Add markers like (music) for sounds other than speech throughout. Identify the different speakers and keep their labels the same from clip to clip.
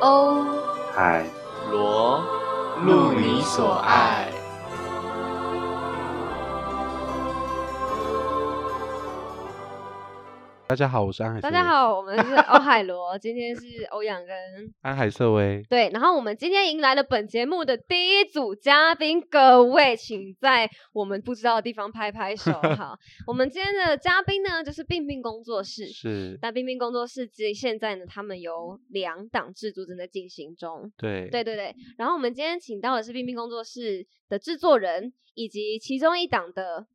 Speaker 1: 欧
Speaker 2: 海
Speaker 3: 罗，
Speaker 4: 路你所爱。
Speaker 2: 大家好，我是安海。
Speaker 1: 大家，好，我们是欧海螺，今天是欧阳跟
Speaker 2: 安海瑟薇。
Speaker 1: 对，然后我们今天迎来了本节目的第一组嘉宾，各位请在我们不知道的地方拍拍手。好，我们今天的嘉宾呢，就是病病工作室。
Speaker 2: 是，
Speaker 1: 那冰冰工作室即现在呢，他们有两档制作正在进行中。
Speaker 2: 对，
Speaker 1: 对对对，然后我们今天请到的是冰冰工作室的制作人，以及其中一档的，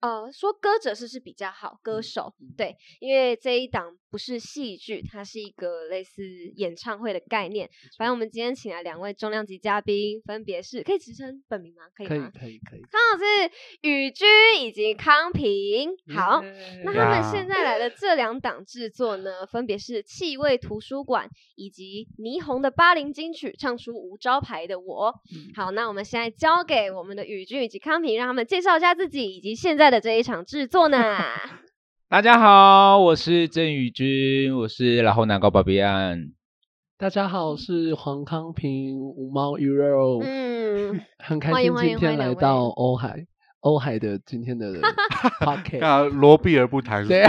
Speaker 1: 呃，说歌者是是比较好，歌手、对，因为这一档不是戏剧，它是一个类似演唱会的概念。反正我们今天请来两位重量级嘉宾，分别是可以直称本名吗？可以吗？
Speaker 4: 可以可以可以。
Speaker 1: 刚好是雨居以及康平。
Speaker 4: 嗯
Speaker 1: 好，那他们现
Speaker 2: 呀
Speaker 1: 在来的这两档制作呢，分别是《气味图书馆》以及《霓虹的八零金曲》，唱出无招牌的我。好，那我们现在交给我们的宇俊以及康平，让他们介绍一下自己以及现在的这一场制作呢。
Speaker 3: 大家好，我是郑宇君，我是然后南高保比安。
Speaker 4: 大家好，我是黄康平五毛鱼肉，
Speaker 1: 嗯，
Speaker 4: 很开
Speaker 1: 欢迎
Speaker 4: 心
Speaker 1: 欢迎
Speaker 4: 今
Speaker 1: 欢迎
Speaker 4: 天
Speaker 1: 两
Speaker 4: 来
Speaker 1: 位
Speaker 4: 到欧海，欧海的今
Speaker 1: (laughs)
Speaker 4: 天的
Speaker 2: 干
Speaker 4: pocket。
Speaker 2: 嘛罗避而不谈？
Speaker 4: 对，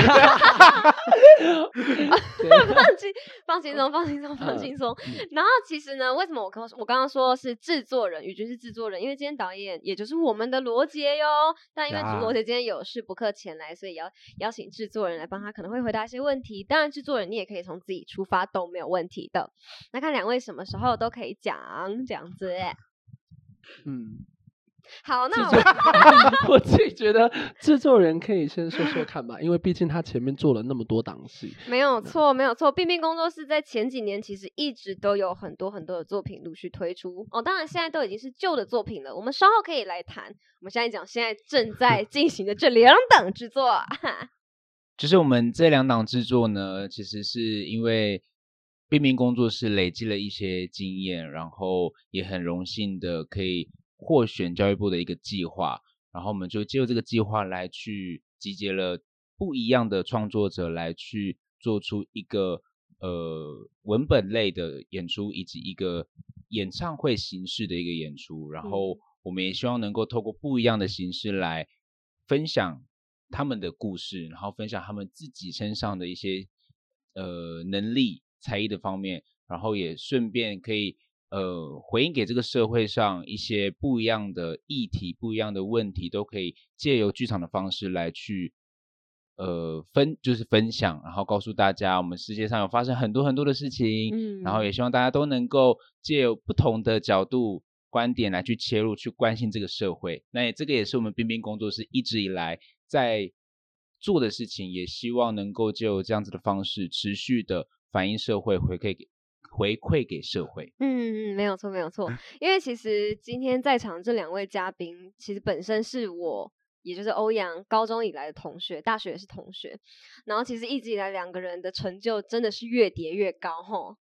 Speaker 3: (laughs)
Speaker 4: 对
Speaker 1: 放 (laughs) 轻放轻松，放轻松，放
Speaker 4: 嗯
Speaker 1: 轻松。然后其实呢，为什么我刚我刚刚说是制作人，宇君是制作人，因为今天导演也就是我们的罗杰哟。但因为
Speaker 2: 呀
Speaker 1: 罗杰今天有事不客前来，所以也要邀请制作人来帮他，可能会回答一些问题。当然，制作人你也可以从自己出发都没有问题的。那看两位什么时候都可以讲这样子。
Speaker 4: 嗯，
Speaker 1: 好，那我
Speaker 4: 制
Speaker 1: 们
Speaker 4: (laughs) 我自己觉得制作人可以先说说看吧，因为毕竟他前面做了那么多档
Speaker 3: (laughs)
Speaker 4: 戏。
Speaker 1: 没有错，没有错。病病工作室在前几年其实一直都有很多很多的作品陆续推出哦，当然现在都已经是旧的作品了，我们稍后可以来谈。我们现在讲现在 (laughs) 正在进行的这两档制 (laughs) 作，啊
Speaker 3: 就是我们这两档制作呢，其实是因为冰冰工作室累积了一些经验，然后也很荣幸的可以获选教育部的一个计划，然后我们就借由这个计划来去集结了不一样的创作者来去做出一个呃文本类的演出以及一个演唱会形式的一个演出，然后我们也希望能够透过不一样的形式来分享他们的故事，然后分享他们自己身上的一些呃能力、才艺的方面，然后也顺便可以呃回应给这个社会上一些不一样的议题、不一样的问题，都可以借由剧场的方式来去呃分就是分享，然后告诉大家我们世界上有发生很多很多的事情，
Speaker 1: 嗯
Speaker 3: 然后也希望大家都能够借由不同的角度。观点来去切入，去关心这个社会。那也这个也是我们冰冰工作室一直以来在做的事情，也希望能够借由这样子的方式，持续的反映社会，回馈给回馈给社会。
Speaker 1: 嗯，嗯，没有错，没有错。因为其实今天在场这两位嘉宾，其实本身是我，也就是欧阳高中以来的同学，大学也是同学。然后其实一直以来两个人的成就真的是越叠越高吼。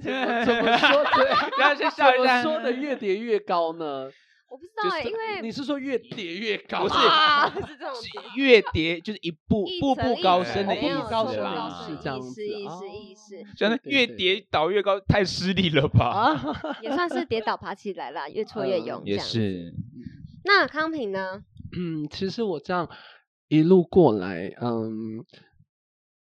Speaker 4: 怎么怎
Speaker 3: (laughs)
Speaker 4: 么说的？
Speaker 3: 不要去
Speaker 4: 怎
Speaker 3: 笑一
Speaker 4: 么
Speaker 3: 下
Speaker 4: 说的越叠越高呢？
Speaker 1: 我不知道哎、
Speaker 4: 就是
Speaker 1: 因为
Speaker 4: 你是说越叠越高？
Speaker 3: 不是
Speaker 1: 啊， (laughs) 是这种叠
Speaker 3: 越叠就是一步
Speaker 1: 一
Speaker 3: 步
Speaker 1: 层
Speaker 3: 步
Speaker 1: 一
Speaker 3: 高
Speaker 1: 层
Speaker 3: 升的
Speaker 1: 没
Speaker 3: 意
Speaker 1: 有
Speaker 3: 思
Speaker 1: 错步高
Speaker 3: 啦
Speaker 1: 升
Speaker 4: 是这样子，
Speaker 1: 意思
Speaker 4: 哦
Speaker 1: 意思意思
Speaker 3: 真的
Speaker 4: 对
Speaker 3: 越
Speaker 4: 对
Speaker 3: 跌倒越高，太失礼了吧？
Speaker 4: 啊，
Speaker 1: 也算是跌倒爬起来啦，越挫越
Speaker 4: 嗯
Speaker 1: 勇、这
Speaker 3: 也
Speaker 1: 样。
Speaker 3: 是，
Speaker 1: 那康平呢？
Speaker 4: 嗯，其实我这样一路过来，嗯，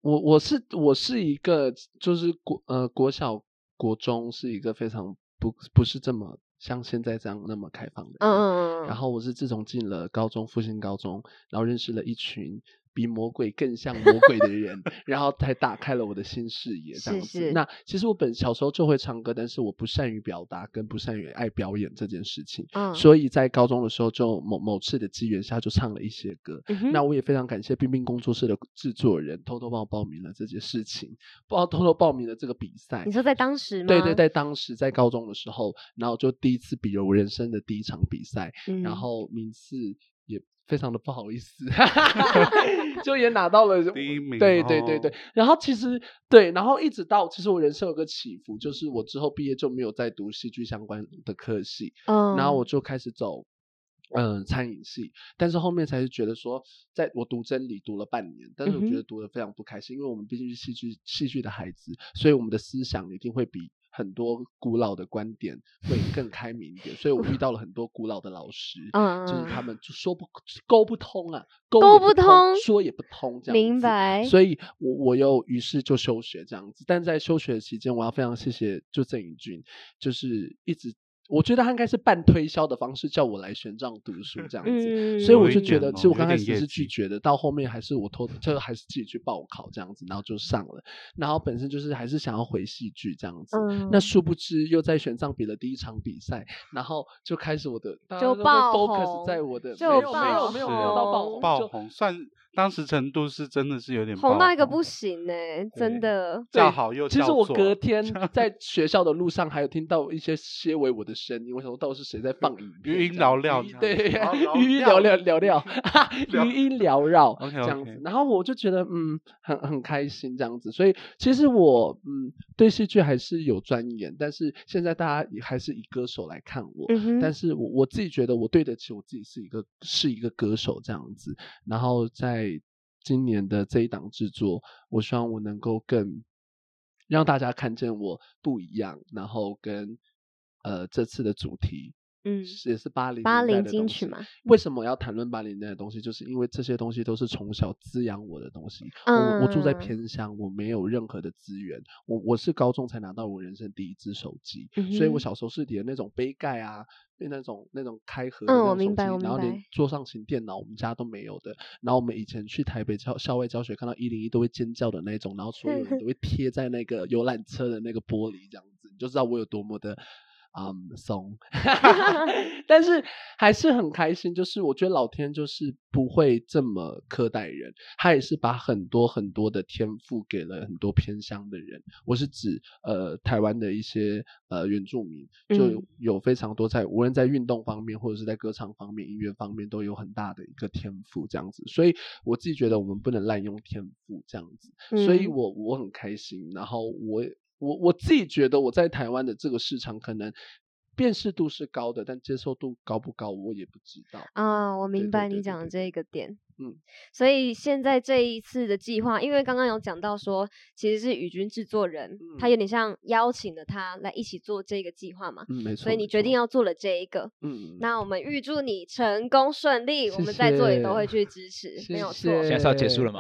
Speaker 4: 我我是我是一个就是国呃国小国中是一个非常不不是这么像现在这样那么开放的人，
Speaker 1: 嗯嗯嗯
Speaker 4: 然后我是自从进了高中复兴高中，然后认识了一群比魔鬼更像魔鬼的人，然后才打开了我的新视野。
Speaker 1: 是
Speaker 4: 这样子。
Speaker 1: 是
Speaker 4: 那其实我本小时候就会唱歌，但是我不善于表达，跟不善于爱表演这件事情。
Speaker 1: 嗯
Speaker 4: 所以在高中的时候，就某某次的机缘下，就唱了一些歌。
Speaker 1: 嗯哼
Speaker 4: 那我也非常感谢冰冰工作室的制作人偷偷帮我报名了这件事情，帮我偷偷报名了这个比赛
Speaker 1: 你。说在当时吗？
Speaker 4: 对对，，在当时在高中的时候，然后就第一次比了我人生的第一场比赛，
Speaker 1: 嗯、
Speaker 4: 然后名次也非常的不好意思， (laughs) 就也拿
Speaker 1: (laughs)
Speaker 4: 到了
Speaker 2: 第一名
Speaker 4: 对对对
Speaker 2: 哦
Speaker 4: 对，然后其实对，然后一直到其实我人生有个起伏，就是我之后毕业就没有再读戏剧相关的科系，
Speaker 1: 嗯，
Speaker 4: 然后我就开始走嗯、呃餐饮系，但是后面才是觉得说，在我读真理读了半年，但是我
Speaker 1: 嗯
Speaker 4: 觉
Speaker 1: 哼
Speaker 4: 得读的非常不开心，因为我们毕竟是戏剧戏剧的孩子，所以我们的思想一定会比很多古老的观点会更开明一点，所以我遇到了很多古老的老师。
Speaker 1: 嗯，
Speaker 4: 就是他
Speaker 1: 嗯
Speaker 4: 们就说不沟不通啊，沟
Speaker 1: 沟
Speaker 4: 也
Speaker 1: 不
Speaker 4: 通，
Speaker 1: 通
Speaker 4: 说也不通，这样
Speaker 1: 明
Speaker 4: 子
Speaker 1: 白
Speaker 4: 所以我我又于是就休学这样子，但在休学的期间，我要非常谢谢就郑宇君，就是一直我觉得他应该是半推销的方式叫我来玄奘读书这样子。
Speaker 1: 嗯，
Speaker 4: 所以我
Speaker 2: 有一
Speaker 4: 就觉
Speaker 2: 点
Speaker 4: 得，
Speaker 2: 哦
Speaker 4: 其实我
Speaker 2: 有
Speaker 4: 刚开
Speaker 2: 点
Speaker 4: 始
Speaker 2: 业
Speaker 4: 是拒
Speaker 2: 绩
Speaker 4: 绝的，到后面还是我偷，就还是自己去报考这样子，然后就上了。然后本身就是还是想要回戏剧这样子，
Speaker 1: 嗯，
Speaker 4: 那殊不知又在选上比了第一场比赛，然后就开始我的大家
Speaker 1: 就
Speaker 4: 都被
Speaker 1: 爆
Speaker 4: focus
Speaker 1: 红
Speaker 4: 在我的
Speaker 1: 就
Speaker 4: 没有没
Speaker 1: 爆
Speaker 4: 有没有没有到爆
Speaker 1: 红
Speaker 2: 爆
Speaker 4: 就
Speaker 2: 红，算当时程度是真的是有点
Speaker 1: 红到一个
Speaker 2: 爆
Speaker 1: 不行呢、真
Speaker 2: 对
Speaker 1: 的。
Speaker 2: 叫
Speaker 4: 对
Speaker 2: 好又
Speaker 4: 其实
Speaker 2: 叫
Speaker 4: 我
Speaker 2: 座 (laughs)
Speaker 4: 隔天在学校的路上还有听到一些些微我的声音，我想说到底是谁在放影
Speaker 2: 嗯
Speaker 4: 片
Speaker 2: 余音
Speaker 4: 这样
Speaker 2: 缭绕
Speaker 4: 余音
Speaker 2: 这样
Speaker 4: 对 (laughs)
Speaker 2: 子哦缭， (laughs) 绕
Speaker 4: 余音
Speaker 2: 绕
Speaker 4: 缭绕缭
Speaker 2: (laughs) 绕
Speaker 4: 绕，余音缭绕
Speaker 2: OK，OK
Speaker 4: 这样子。然后我就觉得嗯，很很开心这样子。所以其实我嗯对戏剧还是有钻研，但是现在大家也还是以歌手来看我，
Speaker 1: 嗯哼，
Speaker 4: 但是我我自己觉得我对得起我自己是一个是一个歌手这样子，然后在今年的这一档制作，我希望我能够更让大家看见我不一样，然后跟呃这次的主题
Speaker 1: 嗯，
Speaker 4: 是也是八零
Speaker 1: 八
Speaker 4: 年代
Speaker 1: 零
Speaker 4: 的
Speaker 1: 金
Speaker 4: 东
Speaker 1: 曲
Speaker 4: 西
Speaker 1: 嘛，
Speaker 4: 为什么要谈论八零年代的东西？就是因为这些东西都是从小滋养我的东西。我我住在
Speaker 1: 嗯
Speaker 4: 偏乡，我没有任何的资源。我我是高中才拿到我人生第一只手机，
Speaker 1: 嗯
Speaker 4: 所以我
Speaker 1: 哼
Speaker 4: 小时候是连那种杯盖啊，那种那种开合
Speaker 1: 嗯
Speaker 4: 的那
Speaker 1: 我
Speaker 4: 种手
Speaker 1: 明白
Speaker 4: 机
Speaker 1: 我
Speaker 4: 然后
Speaker 1: 明
Speaker 4: 连
Speaker 1: 白
Speaker 4: 桌上型电脑我们家都没有的。然后我们以前去台北校校外教学，看到一零一都会尖叫的那种，然后所有人都会贴在那个游览车的那个玻璃这样子，你就知道我有多么的。嗯，松，但是还是很开心。就是我觉得老天就是不会这么苛待人，他也是把很多很多的天赋给了很多偏乡的人。我是指呃台湾的一些呃原住民，就
Speaker 1: 嗯
Speaker 4: 有有非常多在无论在运动方面，或者是在歌唱方面、音乐方面都有很大的一个天赋这样子。所以我自己觉得我们不能滥用天赋这样子。所以
Speaker 1: 嗯
Speaker 4: 我我很开心。然后我我我自己觉得我在台湾的这个市场可能辨识度是高的，但接受度高不高我也不知道。
Speaker 1: 啊，我
Speaker 4: 对
Speaker 1: 明
Speaker 4: 对
Speaker 1: 白
Speaker 4: 对
Speaker 1: 你
Speaker 4: 对
Speaker 1: 讲
Speaker 4: 对
Speaker 1: 的
Speaker 4: 对
Speaker 1: 这一个点。
Speaker 4: 嗯，
Speaker 1: 所以现在这一次的计划，因为刚刚有讲到说，其实是宇军制作人，他
Speaker 4: 嗯
Speaker 1: 有点像邀请了他来一起做这个计划嘛，
Speaker 4: 嗯，没错。
Speaker 1: 所以
Speaker 4: 没
Speaker 1: 你决定
Speaker 4: 错
Speaker 1: 要做了这一个。
Speaker 4: 嗯，
Speaker 1: 那我们预祝你成功顺利，我
Speaker 4: 谢
Speaker 1: 们在座也都
Speaker 4: 谢 (laughs)
Speaker 1: 会去支持，没有错。
Speaker 3: 现在是要结束了吗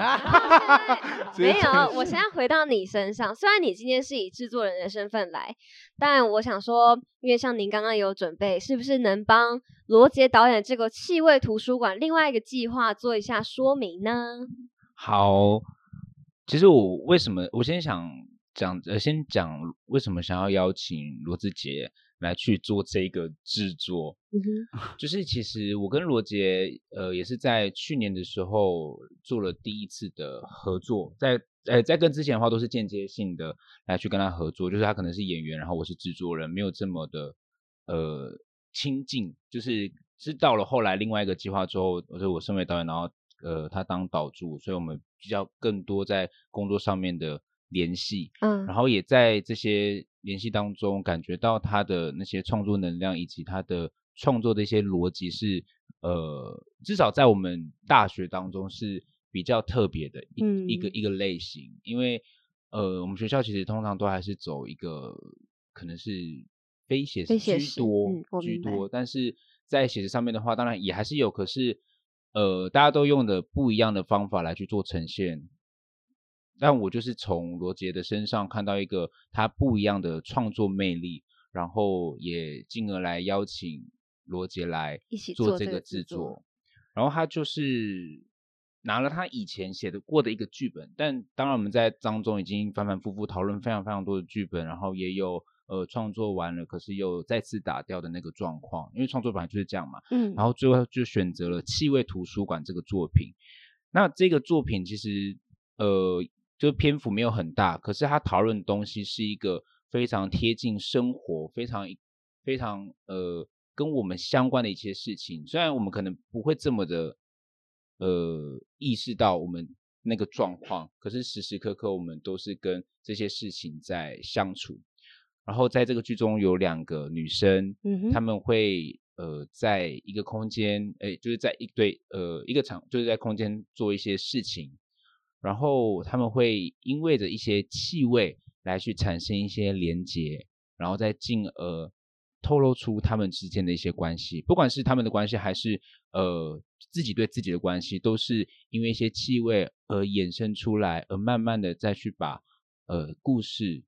Speaker 1: 啊
Speaker 2: 直
Speaker 1: 没
Speaker 2: 接
Speaker 1: 有
Speaker 2: 这样，
Speaker 1: 我现在回到你身上。虽然你今天是以制作人的身份来，但我想说，因为像您刚刚有准备，是不是能帮罗杰导演这个气味图书馆另外一个计划做一下说明呢？
Speaker 3: 好，其实我为什么我先想讲呃，先讲为什么想要邀请罗志杰来去做这个制作，
Speaker 1: 嗯哼，
Speaker 3: 就是其实我跟罗杰呃也是在去年的时候做了第一次的合作，在呃在跟之前的话都是间接性的来去跟他合作，就是他可能是演员，然后我是制作人，没有这么的呃亲近，就是知道了后来另外一个计划之后，就是我身为导演，然后呃他当导助，所以我们比较更多在工作上面的联系，
Speaker 1: 嗯
Speaker 3: 然后也在这些联系当中，感觉到他的那些创作能量以及他的创作的一些逻辑是，呃，至少在我们大学当中是比较特别的一、一个
Speaker 1: 嗯
Speaker 3: 一个类型，因为呃，我们学校其实通常都还是走一个可能是非写
Speaker 1: 非
Speaker 3: 实
Speaker 1: 写
Speaker 3: 居
Speaker 1: 实
Speaker 3: 多、
Speaker 1: 嗯我
Speaker 3: 居
Speaker 1: 明白
Speaker 3: 多，但是在写实上面的话，当然也还是有，可是呃，大家都用的不一样的方法来去做呈现。但我就是从罗杰的身上看到一个他不一样的创作魅力，然后也进而来邀请罗杰来
Speaker 1: 一起
Speaker 3: 做
Speaker 1: 做
Speaker 3: 这
Speaker 1: 这
Speaker 3: 个
Speaker 1: 个制
Speaker 3: 制
Speaker 1: 作
Speaker 3: 作。然后他就是拿了他以前写的过的一个剧本，但当然我们在当中已经反反复复讨论非常非常多的剧本，然后也有呃创作完了，可是又再次打掉的那个状况，因为创作本来就是这样嘛。
Speaker 1: 嗯
Speaker 3: 然后最后就选择了《气味图书馆》这个作品。那这个作品其实呃，就篇幅没有很大，可是他讨论的东西是一个非常贴近生活、非常非常呃跟我们相关的一些事情。虽然我们可能不会这么的呃意识到我们那个状况，可是时时刻刻我们都是跟这些事情在相处。然后在这个剧中有两个女生，
Speaker 1: 嗯哼
Speaker 3: 他们会呃，在一个空间，哎，就是在一堆呃一个场，就是在空间做一些事情，然后他们会因为着一些气味来去产生一些连接，然后再进而透露出他们之间的一些关系，不管是他们的关系还是呃自己对自己的关系，都是因为一些气味而衍生出来，而慢慢的再去把呃故事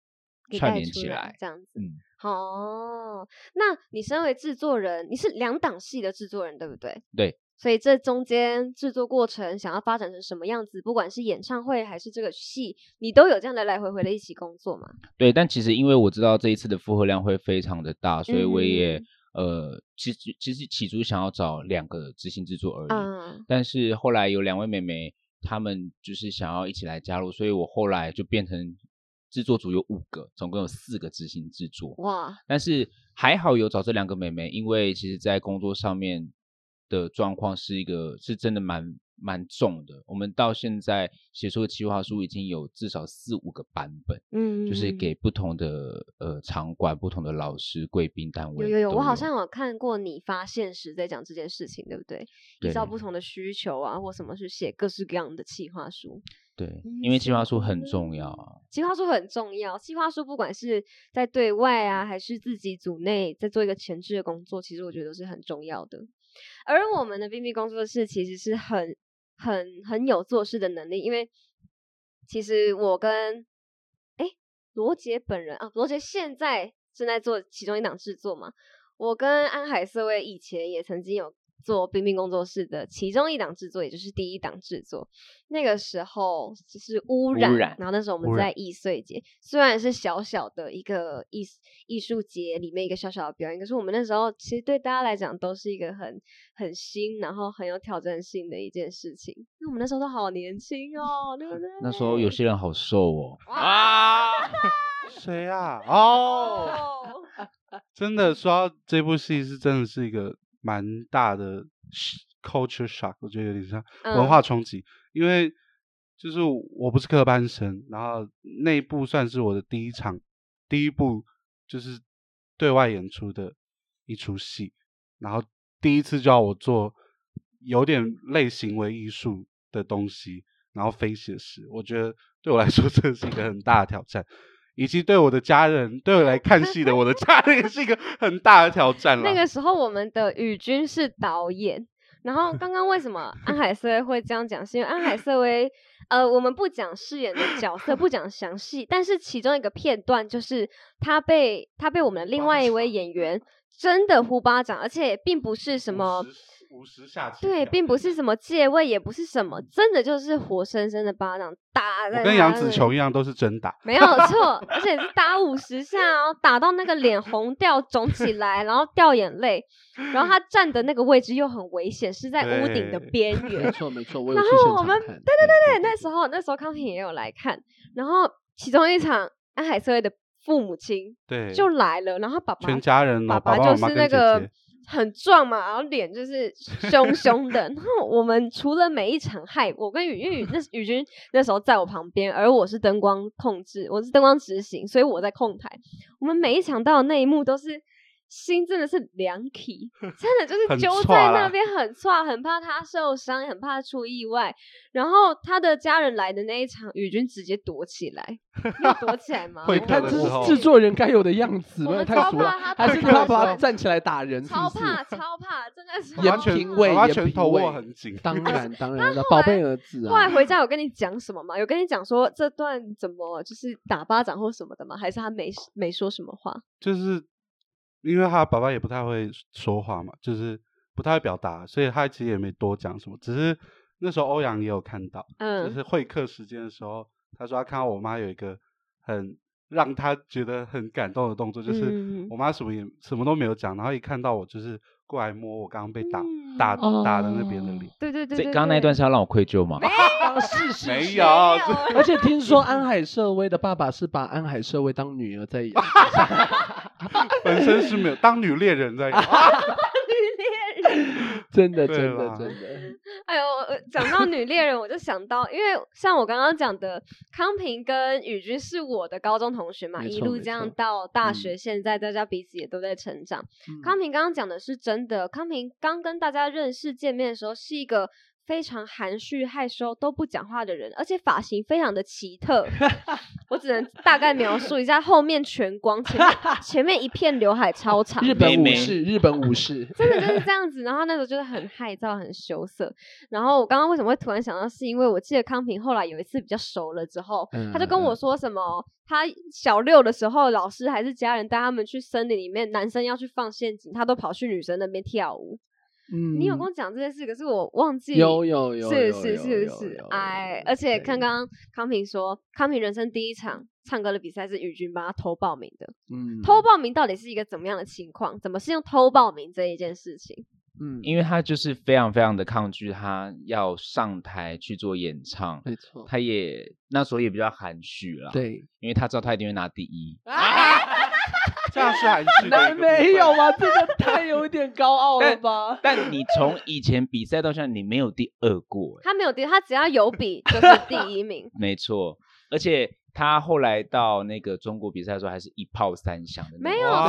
Speaker 1: 给
Speaker 3: 串
Speaker 1: 带
Speaker 3: 联
Speaker 1: 出
Speaker 3: 起
Speaker 1: 来
Speaker 3: 来。
Speaker 1: 这样子。
Speaker 3: 嗯，
Speaker 1: 哦，那你身为制作人，你是两档戏的制作人，对不对？
Speaker 3: 对。
Speaker 1: 所以这中间制作过程想要发展成什么样子，不管是演唱会还是这个戏，你都有这样来来回回的一起工作嘛？
Speaker 3: 对，但其实因为我知道这一次的负荷量会非常的大，所以我也
Speaker 1: 嗯、
Speaker 3: 呃，其实其实起初想要找两个执行制作而已，
Speaker 1: 嗯，
Speaker 3: 但是后来有两位妹妹她们就是想要一起来加入，所以我后来就变成制作组有五个，总共有四个执行制作。
Speaker 1: 哇，
Speaker 3: 但是还好有找这两个妹妹，因为其实在工作上面的状况是一个是真的蛮蛮重的。我们到现在写出的企划书已经有至少四五个版本。
Speaker 1: 嗯，
Speaker 3: 就是给不同的呃场馆、不同的老师、贵宾单
Speaker 1: 有
Speaker 3: 位。
Speaker 1: 有有，我好像有看过你发现时在讲这件事情，对不对？依
Speaker 3: 对
Speaker 1: 照不同的需求啊，或什么去写各式各样的企划书。
Speaker 3: 对
Speaker 1: 嗯，
Speaker 3: 因为
Speaker 1: 是
Speaker 3: 计划书
Speaker 1: 吗
Speaker 3: 很重要啊。
Speaker 1: 企划书很重要，企划书不管是在对外啊，还是自己组内，在做一个前置的工作，其实我觉得都是很重要的。而我们的 B B 工作室其实是很、很、很有做事的能力，因为其实我跟哎罗杰本人啊，罗杰现在正在做其中一档制作嘛，我跟安海瑟薇以前也曾经有做冰冰工作室的其中一档制作，也就是第一档制作。那个时候就是污
Speaker 3: 污
Speaker 1: 染，
Speaker 3: 染
Speaker 1: 然后那时候我
Speaker 2: 污
Speaker 1: 们在
Speaker 2: 染
Speaker 1: 易碎节，虽然是小小的一个艺艺术节里面一个小小的表演，可是我们那时候其实对大家来讲都是一个很很新，然后很有挑战性的一件事情。因为我们那时候都好年轻哦，对不对？
Speaker 3: 那时候有些人好瘦哦，
Speaker 1: 啊。
Speaker 2: 谁啊？哦，
Speaker 1: 哦，
Speaker 2: 真的说到这部戏是真的是一个蛮大的 culture shock，我觉得有点像文
Speaker 1: 嗯
Speaker 2: 化冲击，因为就是我不是科班生，然后那一部算是我的第一场、第一部就是对外演出的一出戏，然后第一次就要我做有点类行为艺术的东西，然后非写实，我觉得对我来说 (laughs) 这是一个很大的挑战。以及对我的家人，对我来看戏的我的家人也是一个很大的挑战啦。
Speaker 1: 那个时候我们的宇君是导演，然后刚刚为什么安海瑟薇会这样讲？是因为安海瑟薇，呃，我们不讲饰演的角色，不讲详细，但是其中一个片段就是他被他被我们的另外一位演员真的呼巴掌，而且并不是什么。
Speaker 2: 五十嗯下啊起
Speaker 1: 对，
Speaker 2: 跳
Speaker 1: 并不是什么借位，也不是什么，真的就是活生生的巴掌打在
Speaker 2: 我跟杨紫
Speaker 1: 的
Speaker 2: 琼一样都是真打，
Speaker 1: 没有错，而且是打五十下哦，打到那个脸红掉、肿起来，然后掉眼泪，然后他站的那个位置又很危险，是在屋顶的
Speaker 2: 对
Speaker 1: 边
Speaker 4: 没
Speaker 1: 缘。
Speaker 4: 错没错，我有
Speaker 1: 然
Speaker 4: 去
Speaker 1: 后
Speaker 4: 现
Speaker 1: 我
Speaker 4: 场
Speaker 1: 们
Speaker 4: 看。嗯对
Speaker 1: 对，
Speaker 4: 对
Speaker 1: 那时候那时候康平也有来看，然后其中一场安海瑟薇的父母亲
Speaker 2: 对，
Speaker 1: 就来了，然后爸爸
Speaker 2: 全家人
Speaker 1: 爸
Speaker 2: 哦，爸
Speaker 1: 就
Speaker 2: 妈妈
Speaker 1: 是
Speaker 2: 跟
Speaker 1: 那
Speaker 2: 姐
Speaker 1: 个
Speaker 2: 姐
Speaker 1: 很壮嘛，然后脸就是凶凶的。然后我们除了每一场害，我跟宇因为宇那时宇君那时候在我旁边，而我是灯光控制，我是灯光执行，所以我在控台。我们每一场到的那一幕都是。心真的是凉
Speaker 2: (laughs)
Speaker 1: 体，真的就是
Speaker 2: 很
Speaker 1: 揪
Speaker 2: 挫
Speaker 1: 在
Speaker 2: 啦
Speaker 1: 那边很差，很怕他受伤，很怕出意外。然后他的家人来的那一场，宇君直接躲起来，你有躲起来吗？
Speaker 2: (laughs)
Speaker 1: 我
Speaker 2: 会看
Speaker 1: 我
Speaker 2: 的
Speaker 4: 他这
Speaker 2: 时候
Speaker 4: 是制作人该有的样子，
Speaker 1: 我
Speaker 4: 不
Speaker 1: 们
Speaker 4: 然
Speaker 1: 超
Speaker 4: 太俗
Speaker 1: 怕
Speaker 4: 了
Speaker 1: 他。
Speaker 4: 还是
Speaker 1: 打
Speaker 4: 他
Speaker 1: 的
Speaker 4: 把
Speaker 1: 时
Speaker 4: 他
Speaker 1: 候
Speaker 4: 站起来打人，是
Speaker 1: 超
Speaker 4: 不是？
Speaker 1: 怕，超怕，真的是
Speaker 4: 也
Speaker 1: 超
Speaker 2: 我把
Speaker 1: 怕
Speaker 2: 全
Speaker 4: 品味
Speaker 2: 我把
Speaker 4: 也
Speaker 2: 拳
Speaker 4: 品
Speaker 2: 头握
Speaker 4: 味
Speaker 2: 很紧，
Speaker 1: (laughs)
Speaker 4: 当然当然的，
Speaker 1: 后
Speaker 4: 宝
Speaker 1: 来
Speaker 4: 贝儿子
Speaker 1: 后来
Speaker 4: 啊，
Speaker 1: 回家有跟你讲什么吗？有跟你讲说这段怎么就是打巴掌或什么的吗？还是他没没说什么话？
Speaker 2: 就是因为他爸爸也不太会说话嘛，就是不太会表达，所以他其实也没多讲什么，只是那时候欧阳也有看到，就
Speaker 1: 嗯，
Speaker 2: 是会客时间的时候，他说他看到我妈有一个很让他觉得很感动的动作，就是
Speaker 1: 嗯
Speaker 2: 我妈什么也什么都没有讲，然后一看到我就是过来摸我刚刚被打
Speaker 1: 嗯
Speaker 2: 打打的那边的脸，
Speaker 1: 对对对
Speaker 3: 所
Speaker 1: 对
Speaker 3: 以刚刚那一段是要让我愧疚吗？
Speaker 4: 啊是是
Speaker 2: 没
Speaker 4: 是
Speaker 2: 有这
Speaker 4: (laughs) 而且听说安海瑟薇的爸爸是把安海瑟薇当女儿
Speaker 2: (laughs)
Speaker 4: 在养，
Speaker 2: 本身
Speaker 1: (laughs)
Speaker 2: 是没有当女猎人在演。
Speaker 1: 女猎人。
Speaker 4: 真的
Speaker 2: 对
Speaker 4: 真的
Speaker 2: 啦
Speaker 4: 真的。
Speaker 1: (laughs) 哎呦，呃讲到女猎人，我就想到，因为像我刚刚讲的，康平跟宇君是我的高中同学嘛，
Speaker 4: 没
Speaker 1: 一
Speaker 4: 错
Speaker 1: 路
Speaker 4: 没
Speaker 1: 这样
Speaker 4: 错
Speaker 1: 到大
Speaker 3: 嗯
Speaker 1: 学，现在大家彼此也都在成长。
Speaker 4: 嗯
Speaker 1: 康平刚刚讲的是真的，康平刚跟大家认识见面的时候是一个。非常含蓄、害羞、都不讲话的人，而且发型非常的奇特。我只能大概描述一下，后面全光，前面前面一片刘海超长，，
Speaker 4: 日本
Speaker 3: 妹
Speaker 4: 武
Speaker 3: 妹
Speaker 4: 士，日本武士
Speaker 1: 真的就是这样子。然后那时候就是很害臊、很羞涩。然后我刚刚为什么会突然想到，是因为我记得康平后来有一次比较熟了之后，
Speaker 4: 嗯
Speaker 1: 他就跟我说什么，他小六的时候，老师还是家人带他们去森林里面，男生要去放陷阱，他都跑去女生那边跳舞。
Speaker 4: 嗯
Speaker 1: (laughs) 你有跟我讲这件事，可是我忘记。
Speaker 4: 有有有，
Speaker 1: 是
Speaker 4: 有
Speaker 1: 是
Speaker 4: 有
Speaker 1: 是
Speaker 4: 有有
Speaker 1: 是
Speaker 4: 有，
Speaker 1: 哎，而且
Speaker 4: 对
Speaker 1: 刚刚康平说，康平人生第一场唱歌的比赛是宇君帮他偷报名的，
Speaker 4: 嗯
Speaker 1: 偷报名到底是一个怎么样的情况？怎么是用偷报名这一件事情？
Speaker 4: 嗯，
Speaker 3: 因为他就是非常非常的抗拒他要上台去做演唱，
Speaker 4: 没错，
Speaker 3: 他也那时候也比较含蓄啦，，
Speaker 4: 对，
Speaker 3: 因为他知道他一定会拿第一，
Speaker 2: 这样是含蓄的一个哎部分。
Speaker 4: 吧？这个太有点高
Speaker 2: (laughs)
Speaker 4: 傲
Speaker 3: 了
Speaker 4: 吧？
Speaker 3: 但你从以前比赛到现在，你没有第二过、欸，。
Speaker 1: 他没有第，他只要有比就是第一名
Speaker 3: 没错，而且他后来到那个中国比赛的时候，还是一炮三响的那
Speaker 1: 没
Speaker 3: 种，
Speaker 1: 有
Speaker 2: 哇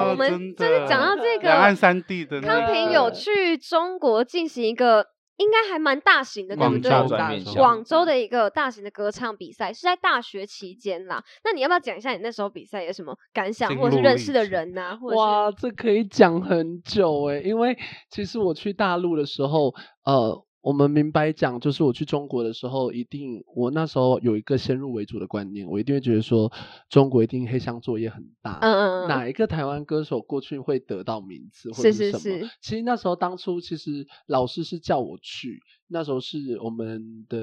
Speaker 2: 哦
Speaker 1: 错，我们
Speaker 2: 真
Speaker 1: 就是
Speaker 2: 的
Speaker 1: 讲到这
Speaker 2: 两岸
Speaker 1: 个，
Speaker 2: 三地的那
Speaker 1: 康平
Speaker 2: 个
Speaker 1: 有去中国进行一个应该还蛮大型的，对不
Speaker 2: 广
Speaker 1: 对？
Speaker 2: 州
Speaker 3: 转
Speaker 2: 大
Speaker 3: 院
Speaker 2: 学
Speaker 3: 校
Speaker 1: 广州的一个大型的歌唱比赛是在大学期间啦。那你要不要讲一下你那时候比赛有什么感想，
Speaker 2: 心
Speaker 1: 或者是
Speaker 2: 路
Speaker 1: 认
Speaker 2: 历
Speaker 1: 识的
Speaker 2: 程
Speaker 1: 人呐、或者是
Speaker 4: 哇，这可以讲很久哎、因为其实我去大陆的时候，呃，我们明白讲，就是我去中国的时候，一定我那时候有一个先入为主的观念，我一定会觉得说中国一定黑箱作业很大，
Speaker 1: 嗯嗯嗯，
Speaker 4: 哪一个台湾歌手过去会得到名次或
Speaker 1: 是
Speaker 4: 者
Speaker 1: 是
Speaker 4: 什么？
Speaker 1: 是
Speaker 4: 其实那时候当初其实老师是叫我去，那时候是我们的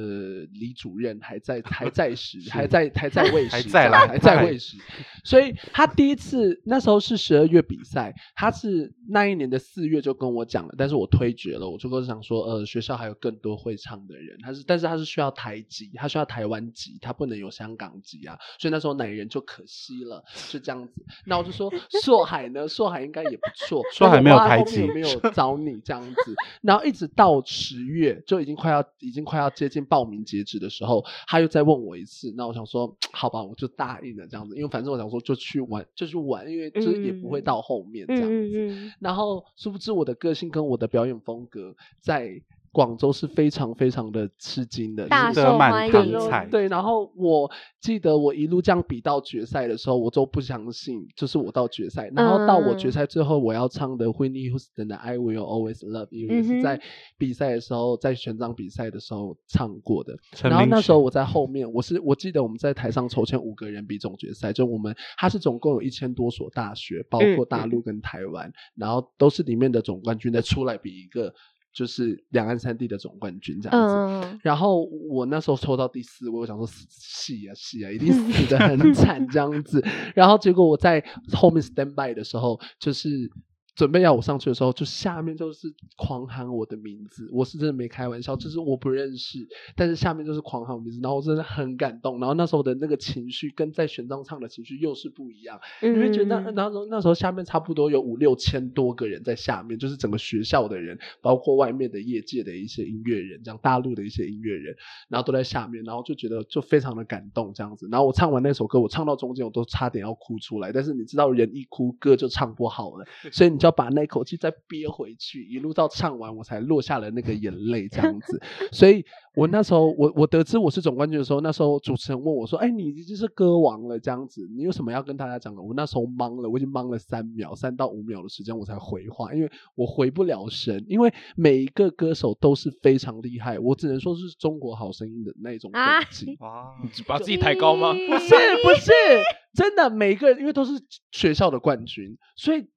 Speaker 4: 李主任还在还在时
Speaker 2: 是
Speaker 4: 还在还在位时
Speaker 2: 还在啦
Speaker 4: 还在位时，所以他第一次那时候是十二月比赛，他是那一年的四月就跟我讲了，但是我推决了，我就跟我想说，呃，学校还有更多会唱的人，他是但是他是需要台籍，他需要台湾籍，他不能有香港籍啊，所以那时候奶人就可惜了，是这样子。那我
Speaker 2: (laughs)
Speaker 4: 就说硕海呢，硕海应该也不错，
Speaker 2: 硕海没有
Speaker 4: 台
Speaker 2: 台
Speaker 4: 籍，
Speaker 2: 籍
Speaker 4: 有没有找你这样子？然后一直到十月，就已经快要已经快要接近报名截止的时候，他又再问我一次。那我想说，好吧，我就答应了这样子，因为反正我想说就去玩，就去玩，因为就是也不会
Speaker 1: 嗯
Speaker 4: 到后面这
Speaker 1: 嗯
Speaker 4: 样子。
Speaker 1: 嗯嗯，
Speaker 4: 然后殊不知我的个性跟我的表演风格在广州是非常非常的吃惊的，
Speaker 1: 大
Speaker 4: 就是
Speaker 2: 得
Speaker 1: 受
Speaker 2: 满
Speaker 1: 欢
Speaker 2: 堂
Speaker 1: 迎
Speaker 4: 对
Speaker 2: 彩
Speaker 4: 对，然后我记得我一路这样比到决赛的时候，我都不相信，就是我到决赛，然后到我
Speaker 1: 嗯
Speaker 4: 决赛最后我要唱的 Whitney Houston 的 I Will Always Love You 也
Speaker 1: 嗯哼
Speaker 4: 是在比赛的时候，在全场比赛的时候唱过的。
Speaker 2: 陈
Speaker 4: 然后
Speaker 2: 明
Speaker 4: 那时
Speaker 2: 轩
Speaker 4: 候我在后面，我是我记得我们在台上筹签五个人比总决赛，就我们它是总共有一千多所大学，包
Speaker 1: 嗯
Speaker 4: 括大陆跟台湾，然后都是里面的总冠军再出来比一个，就是两岸三地的总冠军这样子。
Speaker 1: 嗯嗯
Speaker 4: 然后我那时候抽到第四位，我想说死戏啊戏啊，一定死的很惨这样子。然后结果我在后面 stand by 的时候，就是准备要我上去的时候，就下面就是狂喊我的名字，我是真的没开玩笑，就是我不认识，但是下面就是狂喊我名字，然后我真的很感动。然后那时候的那个情绪跟在玄奘唱的情绪又是不一样。
Speaker 1: 嗯，
Speaker 4: 因为觉得
Speaker 1: 嗯嗯
Speaker 4: 那时候那时候下面差不多有五六千多个人在下面，就是整个学校的人，包括外面的业界的一些音乐人，这样大陆的一些音乐人，然后都在下面，然后就觉得就非常的感动这样子。然后我唱完那首歌，我唱到中间我都差点要哭出来，但是你知道人一哭歌就唱不好了，所以你就要把那口气再憋回去，一路到唱完我才落下了那个眼泪这样子。所以我那时候我我得知我是总冠军的时候，那时候主持人问我说：“哎，你已经是歌王了，这样子，你有什么要跟大家讲的？”我那时候懵了，我已经懵了三秒，三到五秒的时间我才回话，因为我回不了神，因为每一个歌手都是非常厉害，我只能说是中国好声音的那一种
Speaker 1: 啊
Speaker 4: 等级。
Speaker 2: 哇，
Speaker 3: 把
Speaker 1: 自己
Speaker 3: 抬
Speaker 1: 抬
Speaker 3: 高
Speaker 1: 高
Speaker 3: 吗
Speaker 1: 吗？
Speaker 4: 不是不是，真的每一个人因为都是学校的冠军，所以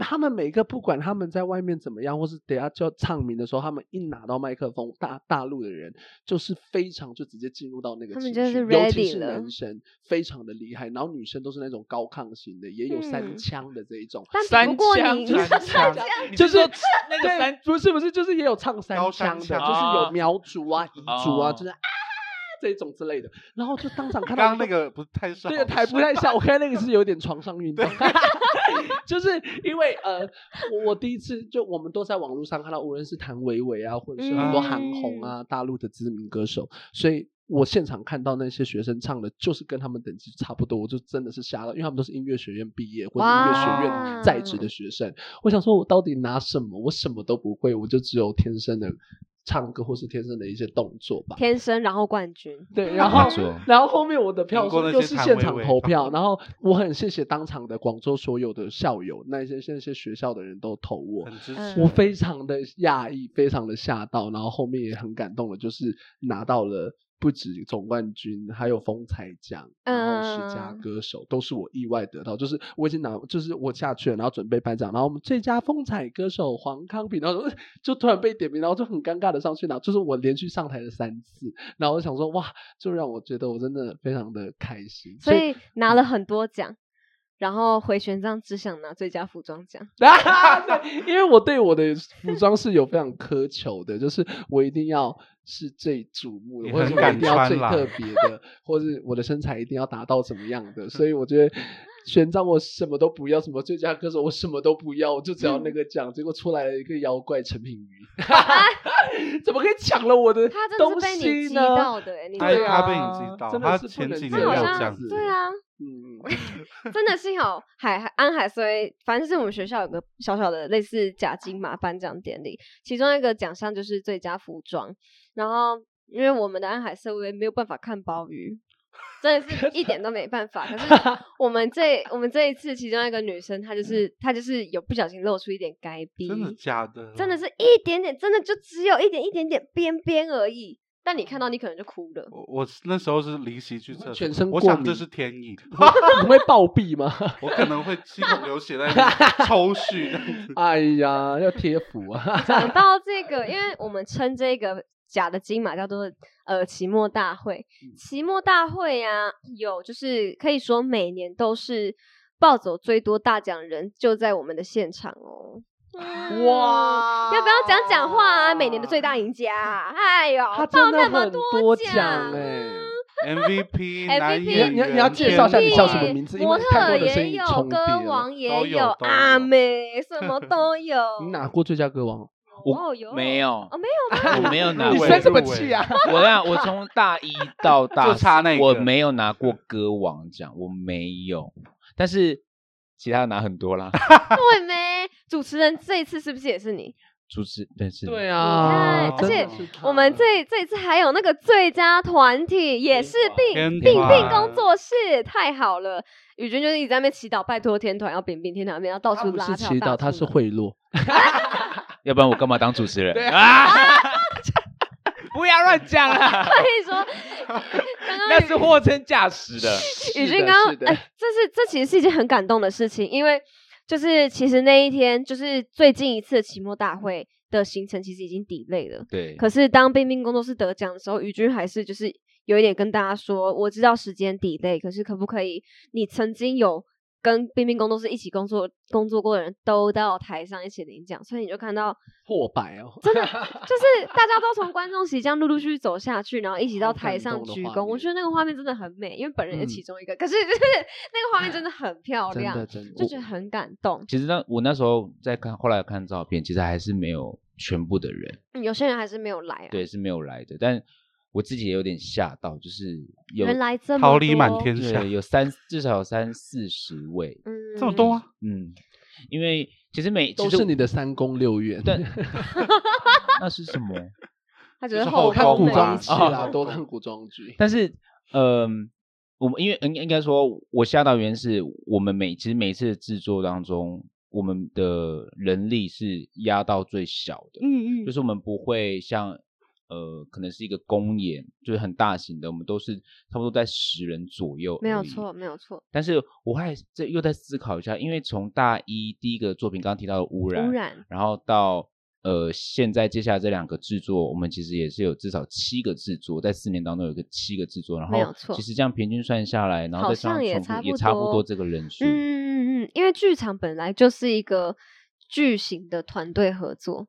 Speaker 4: 他们每一个不管他们在外面怎么样，或是等下就要唱名的时候，他们一拿到麦克风，大大陆的人就是非常就直接进入到那个
Speaker 1: 他
Speaker 4: 情
Speaker 1: 们
Speaker 4: 绪，
Speaker 1: 就是
Speaker 4: 尤其
Speaker 1: ready
Speaker 4: 是
Speaker 1: 了
Speaker 4: 男生非常的厉害，然后女生都是那种高亢型的，也有三
Speaker 1: 嗯
Speaker 4: 腔的这一种。
Speaker 1: 但
Speaker 3: 三
Speaker 1: 不过
Speaker 3: 枪
Speaker 1: 你
Speaker 3: 就是
Speaker 2: 三枪
Speaker 3: 三枪，你
Speaker 4: 就是
Speaker 3: 是说 (laughs) 那个
Speaker 4: 对
Speaker 3: 三，
Speaker 4: 不是不是，就是也有唱三
Speaker 2: 高三
Speaker 4: 腔的，
Speaker 2: 腔
Speaker 4: 就是
Speaker 3: 啊
Speaker 4: 有苗族啊、彝族啊，
Speaker 3: 哦
Speaker 4: 就是啊这种之类的，然后就当场看
Speaker 2: 刚
Speaker 4: 到
Speaker 2: 刚
Speaker 4: 一个
Speaker 2: 那个不太是
Speaker 4: 这
Speaker 2: 好
Speaker 4: 个台
Speaker 2: 事
Speaker 4: 不太像，我看那个是有点床上运动， (laughs) 就是因为呃，我我第一次就我们都在网络上看到，无论是谭维维啊，或者是很多韩红啊，大陆的知名歌手，所以我现场看到那些学生唱的，就是跟他们等级差不多，我就真的是吓到，因为他们都是音乐学院毕业或者音乐学院在职的学生，我想说我到底拿什么？我什么都不会，我就只有天生的唱歌或是天生的一些动作吧。
Speaker 1: 天生然后冠军，
Speaker 4: 对，然后
Speaker 3: 没错
Speaker 4: 然后后面我的票
Speaker 2: 经哦过那
Speaker 4: 数又
Speaker 2: 些
Speaker 4: 是
Speaker 2: 摊
Speaker 4: 现
Speaker 2: 位
Speaker 4: 场
Speaker 2: 位
Speaker 4: 投
Speaker 2: 他
Speaker 4: 票，然后我很谢谢当场的广州所有的校友，那些那些学校的人都投我，
Speaker 2: 很支
Speaker 1: 嗯
Speaker 2: 持。
Speaker 4: 我非常的讶异，非常的吓到，然后后面也很感动的，就是拿到了。不止总冠军，还有风采奖，然后十佳
Speaker 1: 嗯
Speaker 4: 歌手、都是我意外得到。就是我已经拿，就是我下去了，然后准备颁奖，然后我们最佳风采歌手黄康平，然后就就突然被点名，然后就很尴尬的上去拿。就是我连续上台了三次，然后我想说，哇，就让我觉得我真的非常的开心。
Speaker 1: 所以拿了很多奖，然后回旋杖只想拿最佳服装奖。
Speaker 4: 啊， (laughs) 对，因为我对我的服装是有非常苛求的，就是我一定要是最瞩目的，
Speaker 2: 你
Speaker 4: 或者
Speaker 2: 很
Speaker 4: 是我一
Speaker 2: 敢
Speaker 4: 定要
Speaker 2: 穿
Speaker 4: 最
Speaker 2: 啦
Speaker 4: 特别的， (laughs) 或是我的身材一定要达到什么样的。所以我觉得玄奘我什么都不要，什么最佳歌手我什么都不要，我就只要那个奖。结果出来了一个妖怪陈品
Speaker 1: (laughs)
Speaker 4: 瑜， (laughs) 怎么可以抢了我的
Speaker 1: 他真的
Speaker 4: 东
Speaker 1: 是被你
Speaker 4: 西
Speaker 1: 激
Speaker 4: 呢？
Speaker 1: 到
Speaker 4: (laughs)
Speaker 1: 的、欸，你
Speaker 2: 他
Speaker 1: 知道
Speaker 2: 他
Speaker 1: 吗
Speaker 2: 被哎你知道
Speaker 4: 啊真的
Speaker 2: 他
Speaker 4: 是不
Speaker 2: 前
Speaker 4: 能
Speaker 2: 几
Speaker 4: 这
Speaker 1: 他
Speaker 2: 年
Speaker 1: 好
Speaker 2: 没有
Speaker 4: 样
Speaker 2: 这样
Speaker 1: 像
Speaker 4: 子
Speaker 1: 对啊，
Speaker 4: 嗯，
Speaker 1: 真的幸好海海安海所以反正是我们学校有个小小的类似假金马颁奖典礼，其中一个奖项就是最佳服装。然后因为我们的安海社会没有办法看鲍鱼，真的是一点都没办法。可是我们这我们这一次其中一个女生，她就是她就是有不小心露出一点该逼，
Speaker 2: 真的假的？
Speaker 4: 嗯
Speaker 1: 真的是一点点，真的就只有一点一点点边边而已。但你看到你可能就哭了。
Speaker 2: 我我那时候是离席去厕所，
Speaker 4: 全身
Speaker 2: 我
Speaker 4: 过
Speaker 2: 想这
Speaker 4: 敏
Speaker 2: 是天意，
Speaker 4: 你会暴毙吗？ (laughs)
Speaker 2: 我可能会系统流血在那里抽搐这样子。
Speaker 4: 哎呀，要贴符啊！
Speaker 1: 讲到这个，因为我们称这个假的金马叫做呃期末大会。
Speaker 4: 嗯
Speaker 1: 期末大会呀、有就是可以说每年都是抱走最多大奖人就在我们的现场哦。
Speaker 4: 哇
Speaker 1: 要不要讲讲话啊？每年的最大赢家啊，哎呦，
Speaker 4: 他
Speaker 1: 报
Speaker 4: 真
Speaker 1: 那
Speaker 4: 的
Speaker 1: 么
Speaker 4: 很多
Speaker 1: 奖啊
Speaker 4: 奖哎、
Speaker 2: MVP 男
Speaker 1: MVP
Speaker 4: 你要
Speaker 2: 演
Speaker 4: 你要
Speaker 2: 员，
Speaker 4: 你要介绍一下你
Speaker 2: 天
Speaker 4: 叫
Speaker 2: 哪
Speaker 4: 什么名字，因
Speaker 1: 模
Speaker 4: 为太
Speaker 1: 特
Speaker 4: 多的声
Speaker 1: 也
Speaker 4: 音
Speaker 1: 有
Speaker 4: 重，叠
Speaker 1: 歌
Speaker 4: 了。
Speaker 1: 王也
Speaker 2: 都有都
Speaker 1: 阿
Speaker 2: 有
Speaker 1: 妹什么都
Speaker 4: (laughs)
Speaker 1: 有。
Speaker 4: 你拿过最佳歌王？
Speaker 1: 哦有
Speaker 3: (laughs) 没有
Speaker 1: 哦，没有吗？ (laughs)
Speaker 3: 我没有拿
Speaker 2: 入
Speaker 4: 你
Speaker 2: 围
Speaker 3: 过。
Speaker 4: 生什么
Speaker 2: 入围
Speaker 4: 气啊？
Speaker 3: 我呀，我从大一到大
Speaker 2: 就差那
Speaker 3: 我
Speaker 2: 个
Speaker 3: 没有拿过歌王奖，我没有，但是其他拿很多啦。 (laughs)
Speaker 1: 对没？主持人这一次是不是也是你？
Speaker 3: 主持但是
Speaker 4: (laughs) 对
Speaker 1: 啊
Speaker 4: 啊，
Speaker 1: 你看而且我们
Speaker 4: 这
Speaker 1: 这这一次还有那个最佳团体，也是并
Speaker 2: 天
Speaker 1: 并并
Speaker 2: 团
Speaker 1: 工作室，太好了！宇君就是一直在那边祈祷，拜托天团要饼饼天团，要到
Speaker 4: 他
Speaker 1: 处
Speaker 4: 不
Speaker 1: 拉
Speaker 4: 是
Speaker 1: 票
Speaker 4: 祈
Speaker 1: 到
Speaker 4: 祷，他
Speaker 1: 处
Speaker 4: 是
Speaker 1: 拉
Speaker 4: 贿赂。
Speaker 3: 要不然我干嘛当主持人
Speaker 4: 对
Speaker 3: 啊？不要乱讲
Speaker 1: (laughs)
Speaker 3: 啦，
Speaker 1: 所以说， (laughs) 刚刚
Speaker 3: 那是货真价实的。
Speaker 1: (laughs) 宇
Speaker 4: 是
Speaker 1: 君
Speaker 4: 的
Speaker 1: 刚刚
Speaker 4: 是，的
Speaker 1: 哎，这是这其实是一件很感动的事情，因为就是其实那一天就是最近一次的期末大会的行程，其实已经 delay 了。
Speaker 3: 对，
Speaker 1: 可是当冰冰工作室得奖的时候，宇君还是就是有一点跟大家说，我知道时间 delay，可是可不可以，你曾经有跟冰冰工作室一起工作工作过的人都到台上一起领奖，所以你就看到，
Speaker 4: 破百哦，
Speaker 1: 真的就是大家都从观众席这样陆陆续续走下去，然后一起到
Speaker 4: 好
Speaker 1: 台
Speaker 4: 感
Speaker 1: 上
Speaker 4: 动的
Speaker 1: 鞠
Speaker 4: 画
Speaker 1: 躬，我
Speaker 4: 面
Speaker 1: 觉得那个画面真的很美，因为本人也
Speaker 4: 嗯
Speaker 1: 其中一个，可是就是 (laughs) 那个画面真的很漂
Speaker 4: 真的
Speaker 1: 亮，
Speaker 4: 真
Speaker 1: 就
Speaker 4: 的
Speaker 1: 觉得很感动。
Speaker 3: 其实那我那时候在看，后来看照片，其实还是没有全部的人，
Speaker 1: 嗯有些人还是没有来啊，
Speaker 3: 对，是没有来的。但我自己也有点吓到，就是有
Speaker 1: 原来这么
Speaker 2: 桃李满
Speaker 1: 多，
Speaker 2: 天下
Speaker 3: 对，有三至少有三四十位，
Speaker 1: 嗯，
Speaker 2: 这么多啊？
Speaker 3: 嗯，因为其实每
Speaker 4: 都
Speaker 3: 其实
Speaker 4: 是你的三宫六院。 (laughs)
Speaker 3: 但那是什么？
Speaker 1: 他只
Speaker 2: 就是是
Speaker 1: 后
Speaker 2: 后
Speaker 1: 宫
Speaker 4: 看古
Speaker 1: 美
Speaker 4: 装
Speaker 1: 食
Speaker 4: 剧啦，多看古装剧。
Speaker 3: 但是，嗯、我们因为应应该说，我吓到原因是我们每其实每一次的制作当中，我们的人力是压到最小的，
Speaker 1: 嗯嗯，
Speaker 3: 就是我们不会像呃，可能是一个公演，就是很大型的，我们都是差不多在十人左右，
Speaker 1: 没有错，。没有错。
Speaker 3: 但是我后来这又在思考一下，因为从大一第一个作品刚刚提到的污染，
Speaker 1: 污染，
Speaker 3: 然后到呃现在接下来这两个制作，我们其实也是有至少七个制作，在四年当中有个七个制作，然
Speaker 1: 没有错
Speaker 3: 后其实这样平均算下来，然后
Speaker 1: 好
Speaker 3: 再加
Speaker 1: 像
Speaker 3: 上
Speaker 1: 也
Speaker 3: 重
Speaker 1: 差
Speaker 3: 复也
Speaker 1: 不
Speaker 3: 差不
Speaker 1: 多
Speaker 3: 多这个人数。
Speaker 1: 嗯嗯嗯嗯，因为剧场本来就是一个巨型的团队合作，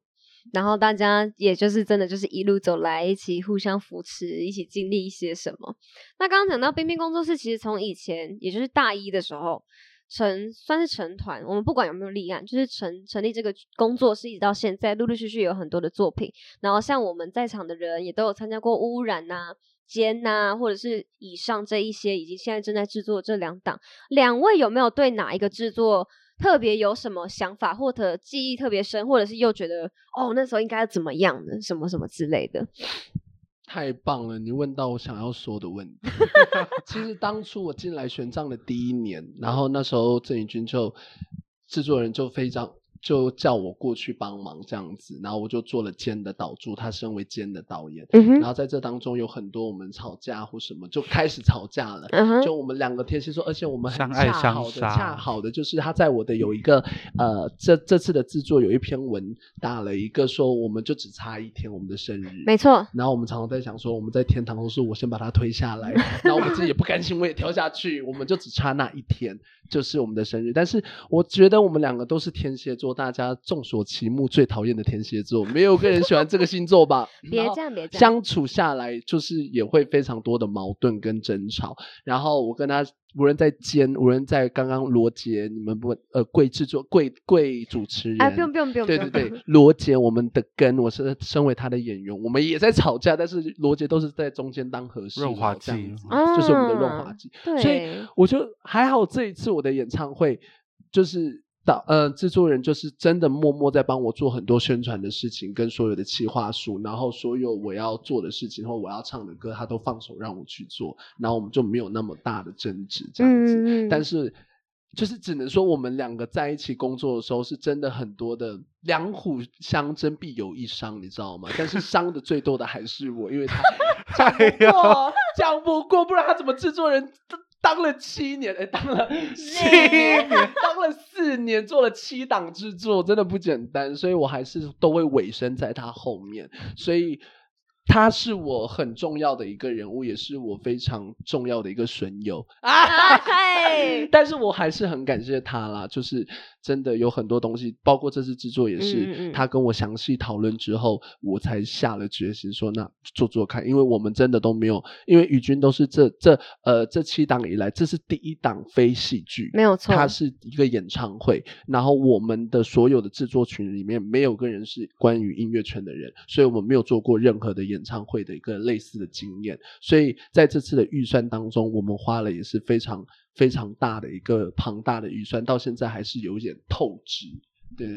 Speaker 1: 然后大家也就是真的就是一路走来，一起互相扶持，一起经历一些什么。那刚刚讲到冰冰工作室，其实从以前也就是大一的时候成算是成团，我们不管有没有立案，就是成成立这个工作室，一直到现在陆陆续续有很多的作品。然后像我们在场的人也都有参加过污染呐、间呐、或者是以上这一些，以及现在正在制作这两档，两位有没有对哪一个制作特别有什么想法，或者记忆特别深，或者是又觉得哦那时候应该要怎么样呢？什么什么之类的？
Speaker 4: 太棒了！你问到我想要说的问题。其实当初我进来玄奘的第一年，然后那时候郑宇君就制作人就非常就叫我过去帮忙这样子，然后我就做了监的导助，他身为监的导演，
Speaker 1: 嗯哼
Speaker 4: 然后在这当中有很多我们吵架或什么就开始吵架了。
Speaker 1: 嗯哼，
Speaker 4: 就我们两个天蝎座，而且我们很
Speaker 2: 相爱
Speaker 4: 恰
Speaker 2: 相
Speaker 4: 好的，
Speaker 2: 杀
Speaker 4: 恰好的就是他在我的有一个呃，这这次的制作有一篇文打了一个说，我们就只差一天我们的生日，
Speaker 1: 没错，
Speaker 4: 然后我们常常在想说，我们在天堂都是我先把它推下来，然后我自己也不甘心，我也跳下去，我们就只差那一天，就是我们的生日。但是我觉得我们两个都是天蝎座，大家众所齐目最讨厌的天蝎座，没有个人喜欢这个星座吧？
Speaker 1: (laughs) 别
Speaker 4: 然后
Speaker 1: 这样，别这样，
Speaker 4: 相处下来，就是也会非常多的矛盾跟争吵。然后我跟他，无论在兼，无论在刚刚罗杰，你们不呃贵制作贵贵主持人，
Speaker 1: 哎，不用不用不用，
Speaker 4: 对
Speaker 1: 不
Speaker 4: 对
Speaker 1: 用
Speaker 4: 对，，
Speaker 1: (laughs)
Speaker 4: 罗杰，我们的根，我是身为他的演员，我们也在吵架，但是罗杰都是在中间当和事佬
Speaker 2: 润滑
Speaker 4: 这样
Speaker 2: 剂
Speaker 4: 子
Speaker 1: 啊
Speaker 4: 就是我们的润滑剂。
Speaker 1: 对，
Speaker 4: 所以我就还好，这一次我的演唱会就是导呃制作人就是真的默默在帮我做很多宣传的事情，跟所有的企划书，然后所有我要做的事情或我要唱的歌，他都放手让我去做，然后我们就没有那么大的争执这样子。
Speaker 1: 嗯嗯嗯
Speaker 4: 但是就是只能说我们两个在一起工作的时候，是真的很多的两虎相争必有一伤，你知道吗？但是伤的最多的还是我，因为他讲不过，讲不过，不然他怎么制作人？当了七年，哎，当了
Speaker 2: (laughs)
Speaker 4: 七年，当了四年，做了七档制作，真的不简单，所以我还是都会尾声在他后面。所以他是我很重要的一个人物，也是我非常重要的一个损友啊。 (laughs)
Speaker 1: 哎，
Speaker 4: 但是我还是很感谢他啦，就是真的有很多东西，包括这次制作也是，
Speaker 1: 嗯嗯嗯
Speaker 4: 他跟我详细讨论之后，我才下了决心说那做做看，因为我们真的都没有，因为宇君都是这这呃这七档以来，这是第一档非戏剧，
Speaker 1: 没有错，
Speaker 4: 它是一个演唱会，然后我们的所有的制作群里面没有个人是关于音乐圈的人，所以我们没有做过任何的演唱会的一个类似的经验，所以在这次的预算当中，我们花了也是非常非常大的一个庞大的预算，到现在还是有一点透支。对，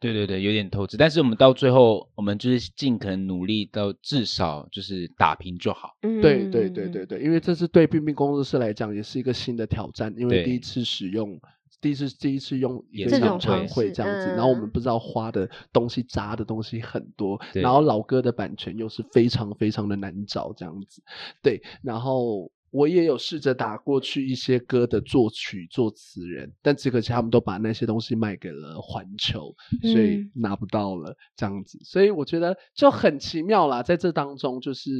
Speaker 3: 对对对，有点透支，但是我们到最后，我们就是尽可能努力到至少就是打平就好。
Speaker 4: 对，对，对，对，
Speaker 1: 嗯，
Speaker 4: 对，因为这次对冰冰工作室来讲也是一个新的挑战，因为
Speaker 3: 对
Speaker 4: 第一次使用，第一次第一次用一个
Speaker 3: 这种
Speaker 4: 演唱
Speaker 3: 方
Speaker 4: 会
Speaker 1: 式
Speaker 4: 这样子，然后我们
Speaker 1: 嗯
Speaker 4: 不知道花的东西砸的东西很多，
Speaker 3: 对
Speaker 4: 然后老歌的版权又是非常非常的难找这样子，对，然后。我也有试着打过去一些歌的作曲作词人，但只可惜他们都把那些东西卖给了环球，所以
Speaker 1: 嗯
Speaker 4: 拿不到了这样子，所以我觉得就很奇妙啦，在这当中就是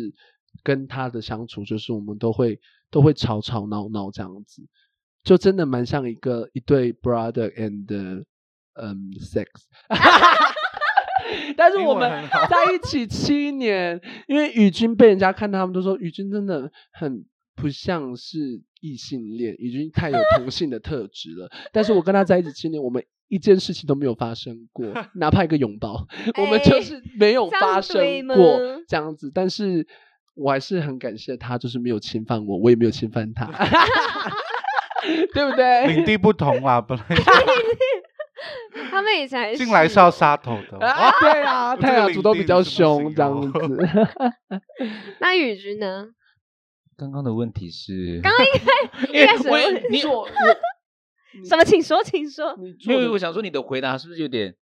Speaker 4: 跟他的相处，就是我们都会都会吵吵闹闹这样子，就真的蛮像一个一对 brother and 嗯 sex，但是我们
Speaker 2: 英文很
Speaker 4: 在一起七年，因为宇君被人家看到，他们都说宇君真的很不像是异性恋，宇君太有同性的特质了。但是我跟他在一起七年，我们一件事情都没有发生
Speaker 2: (laughs)
Speaker 4: 过，哪怕一个拥抱，我
Speaker 2: 哎
Speaker 4: 们就是没有发生
Speaker 1: 这样对
Speaker 4: 过
Speaker 1: 吗
Speaker 4: 这样子。但是我还是很感谢他，就是没有侵犯我，我也没有侵犯他，
Speaker 2: (laughs)
Speaker 4: 对不
Speaker 2: 领
Speaker 4: 对？
Speaker 2: 地不同啦，
Speaker 1: (laughs)
Speaker 2: 本来
Speaker 1: 他们以前
Speaker 4: (laughs)
Speaker 1: 还
Speaker 2: 进来是要杀头
Speaker 3: (laughs)
Speaker 2: 的。
Speaker 4: 啊，对啊，
Speaker 2: 这个
Speaker 4: 太阳族都
Speaker 2: 领
Speaker 4: 比
Speaker 2: 地
Speaker 4: 较
Speaker 2: 是什么
Speaker 4: 凶，
Speaker 2: 形
Speaker 4: 这样
Speaker 2: 容
Speaker 4: 子。
Speaker 3: 哦
Speaker 1: (laughs) 那雨君呢？
Speaker 3: 刚刚的问题是，
Speaker 1: 刚刚应
Speaker 4: 哎
Speaker 1: 该应该是
Speaker 3: 我也你
Speaker 4: 做
Speaker 1: 什么？请说，请说，
Speaker 4: 你
Speaker 3: 因
Speaker 4: 做
Speaker 3: 为
Speaker 4: 的
Speaker 3: 我想说 (laughs) 你的回答是不是有点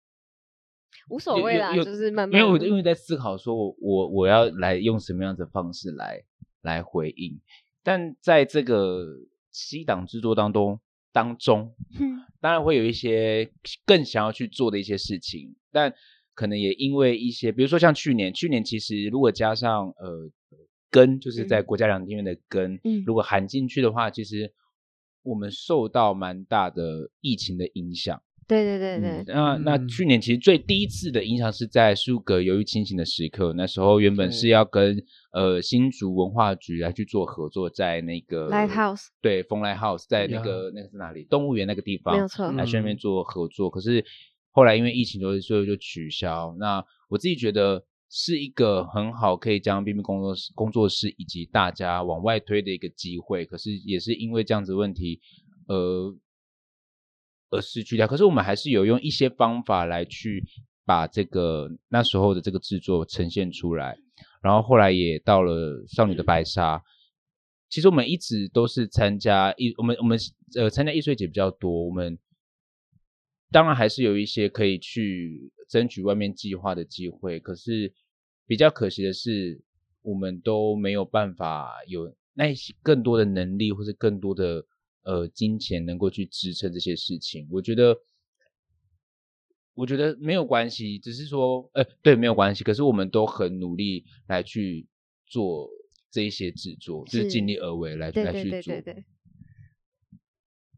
Speaker 1: 无所谓啦，
Speaker 3: 有有
Speaker 1: 就是慢慢。
Speaker 3: 没有，我因为在思考说我我我要来用什么样的方式来来回应，但在这个七档制作当中当中，
Speaker 1: 嗯
Speaker 3: 当然会有一些更想要去做的一些事情，但可能也因为一些，比如说像去年，去年其实如果加上呃根，就是在国家两厅院的根，
Speaker 1: 嗯
Speaker 3: 如果含进去的话，其实我们受到蛮大的疫情的影响。
Speaker 1: 对对对对
Speaker 3: 嗯，那那
Speaker 4: 嗯
Speaker 3: 去年其实最第一次的影响是在树格由于清醒的时刻，那时候原本是
Speaker 4: 对
Speaker 3: 要跟呃新竹文化局来去做合作，在那
Speaker 4: 嗯
Speaker 3: 个
Speaker 1: Lighthouse
Speaker 3: 对风 Lighthouse 在那
Speaker 4: 呀
Speaker 3: 个那个是哪里动物园那个地方
Speaker 1: 没有错。
Speaker 3: 来去那边做合作，可是后来因为疫情就所以就取消。那我自己觉得是一个很好可以将 B B 工作室工作室以及大家往外推的一个机会，可是也是因为这样子的问题，呃，而失去掉。可是我们还是有用一些方法来去把这个那时候的这个制作呈现出来，然后后来也到了少女的白沙。其实我们一直都是参加艺，我们我们呃参加艺术节比较多，我们当然还是有一些可以去争取外面计划的机会，可是比较可惜的是，我们都没有办法有那一些更多的能力或是更多的呃金钱能够去支撑这些事情。我觉得，我觉得没有关系，只是说，呃，对，没有关系。可是我们都很努力来去做这一些制作，就是
Speaker 1: 是
Speaker 3: 尽力而为来
Speaker 1: 对
Speaker 3: 来
Speaker 1: 对
Speaker 3: 去
Speaker 1: 对
Speaker 3: 做
Speaker 1: 对。对，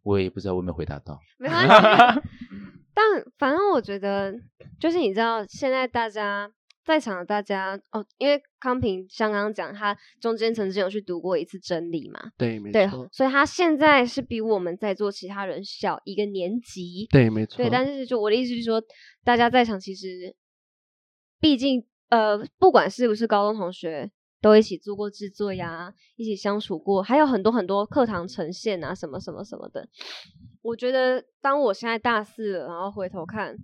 Speaker 3: 我也不知道我有没有回
Speaker 1: (laughs)
Speaker 3: 答到。
Speaker 1: 没关
Speaker 4: (laughs)
Speaker 1: 系。但反正我觉得，就是你知道，现在大家在场的大家哦，因为康平像刚刚讲，他中间曾经有去读过一次真理嘛，
Speaker 4: 对，没
Speaker 1: 对
Speaker 4: 错，，
Speaker 1: 所以他现在是比我们在座其他人小一个年级。
Speaker 4: 对，没错，
Speaker 1: 对，但是就我的意思是说，大家在场其实，毕竟呃，不管是不是高中同学，都一起做过制作呀，一起相处过，还有很多很多课堂呈现啊，什么什么什么的。我觉得，当我现在大四了，然后回头看，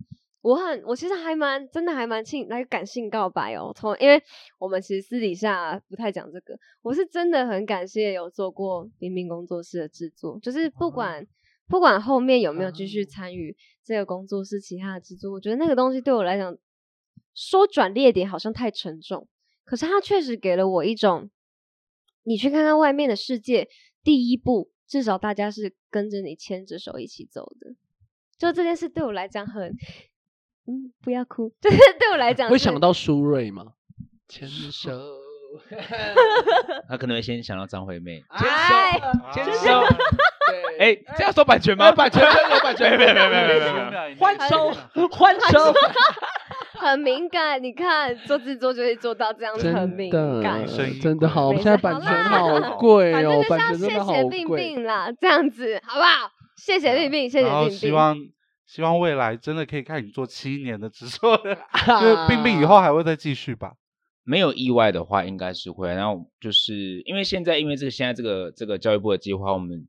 Speaker 1: 我很，我其实还蛮，真的还蛮性来感性告白哦。从因为我们其实私底下不太讲这个，我是真的很感谢有做过冰冰工作室的制作，就是不管、不管后面有没有继续参与这个工作室其他的制作，我觉得那个东西对我来讲，说转捩点好像太沉重，可是它确实给了我一种，你去看看外面的世界，第一步至少大家是跟着你牵着手一起走的，就这件事对我来讲很。嗯，不要哭。 (laughs) 就是对我来讲是，
Speaker 4: 会想到苏芮吗？牵手，
Speaker 3: 他可能会先想到张惠妹。
Speaker 1: 哎，
Speaker 4: 牵
Speaker 2: 啊
Speaker 4: 手，
Speaker 3: 哎
Speaker 4: 对，，
Speaker 3: 这样说版权
Speaker 4: 没有
Speaker 3: 吗？
Speaker 4: 版权，没有版权，
Speaker 3: 没有没有没有没有没有没有 (laughs)
Speaker 4: 换手，换手， (laughs)
Speaker 1: 很敏感。你看，做制作就会做到这样子，很敏
Speaker 4: 真
Speaker 1: 感。
Speaker 2: 声
Speaker 4: 的，
Speaker 2: 音
Speaker 4: 真的好，我
Speaker 1: 没事
Speaker 4: 们现在版
Speaker 1: 好
Speaker 4: 权
Speaker 1: 啦
Speaker 4: 好贵
Speaker 1: 反
Speaker 4: 哦
Speaker 1: 正，就
Speaker 4: 版权
Speaker 1: 是
Speaker 4: 真
Speaker 1: 要
Speaker 4: 的好
Speaker 1: 谢谢病
Speaker 4: 贵，
Speaker 1: 病啦，这样子好不好？谢谢病病，谢谢
Speaker 2: 然后
Speaker 1: 病
Speaker 2: 希
Speaker 1: 病。
Speaker 2: 望希望未来真的可以看你做七年的制作
Speaker 1: (laughs)
Speaker 2: 人，
Speaker 3: (laughs)
Speaker 2: 因为病病以后还会再继续吧。
Speaker 3: 没有意外的话，应该是会。然后就是因为现在，因为这个现在这个这个教育部的计划，我们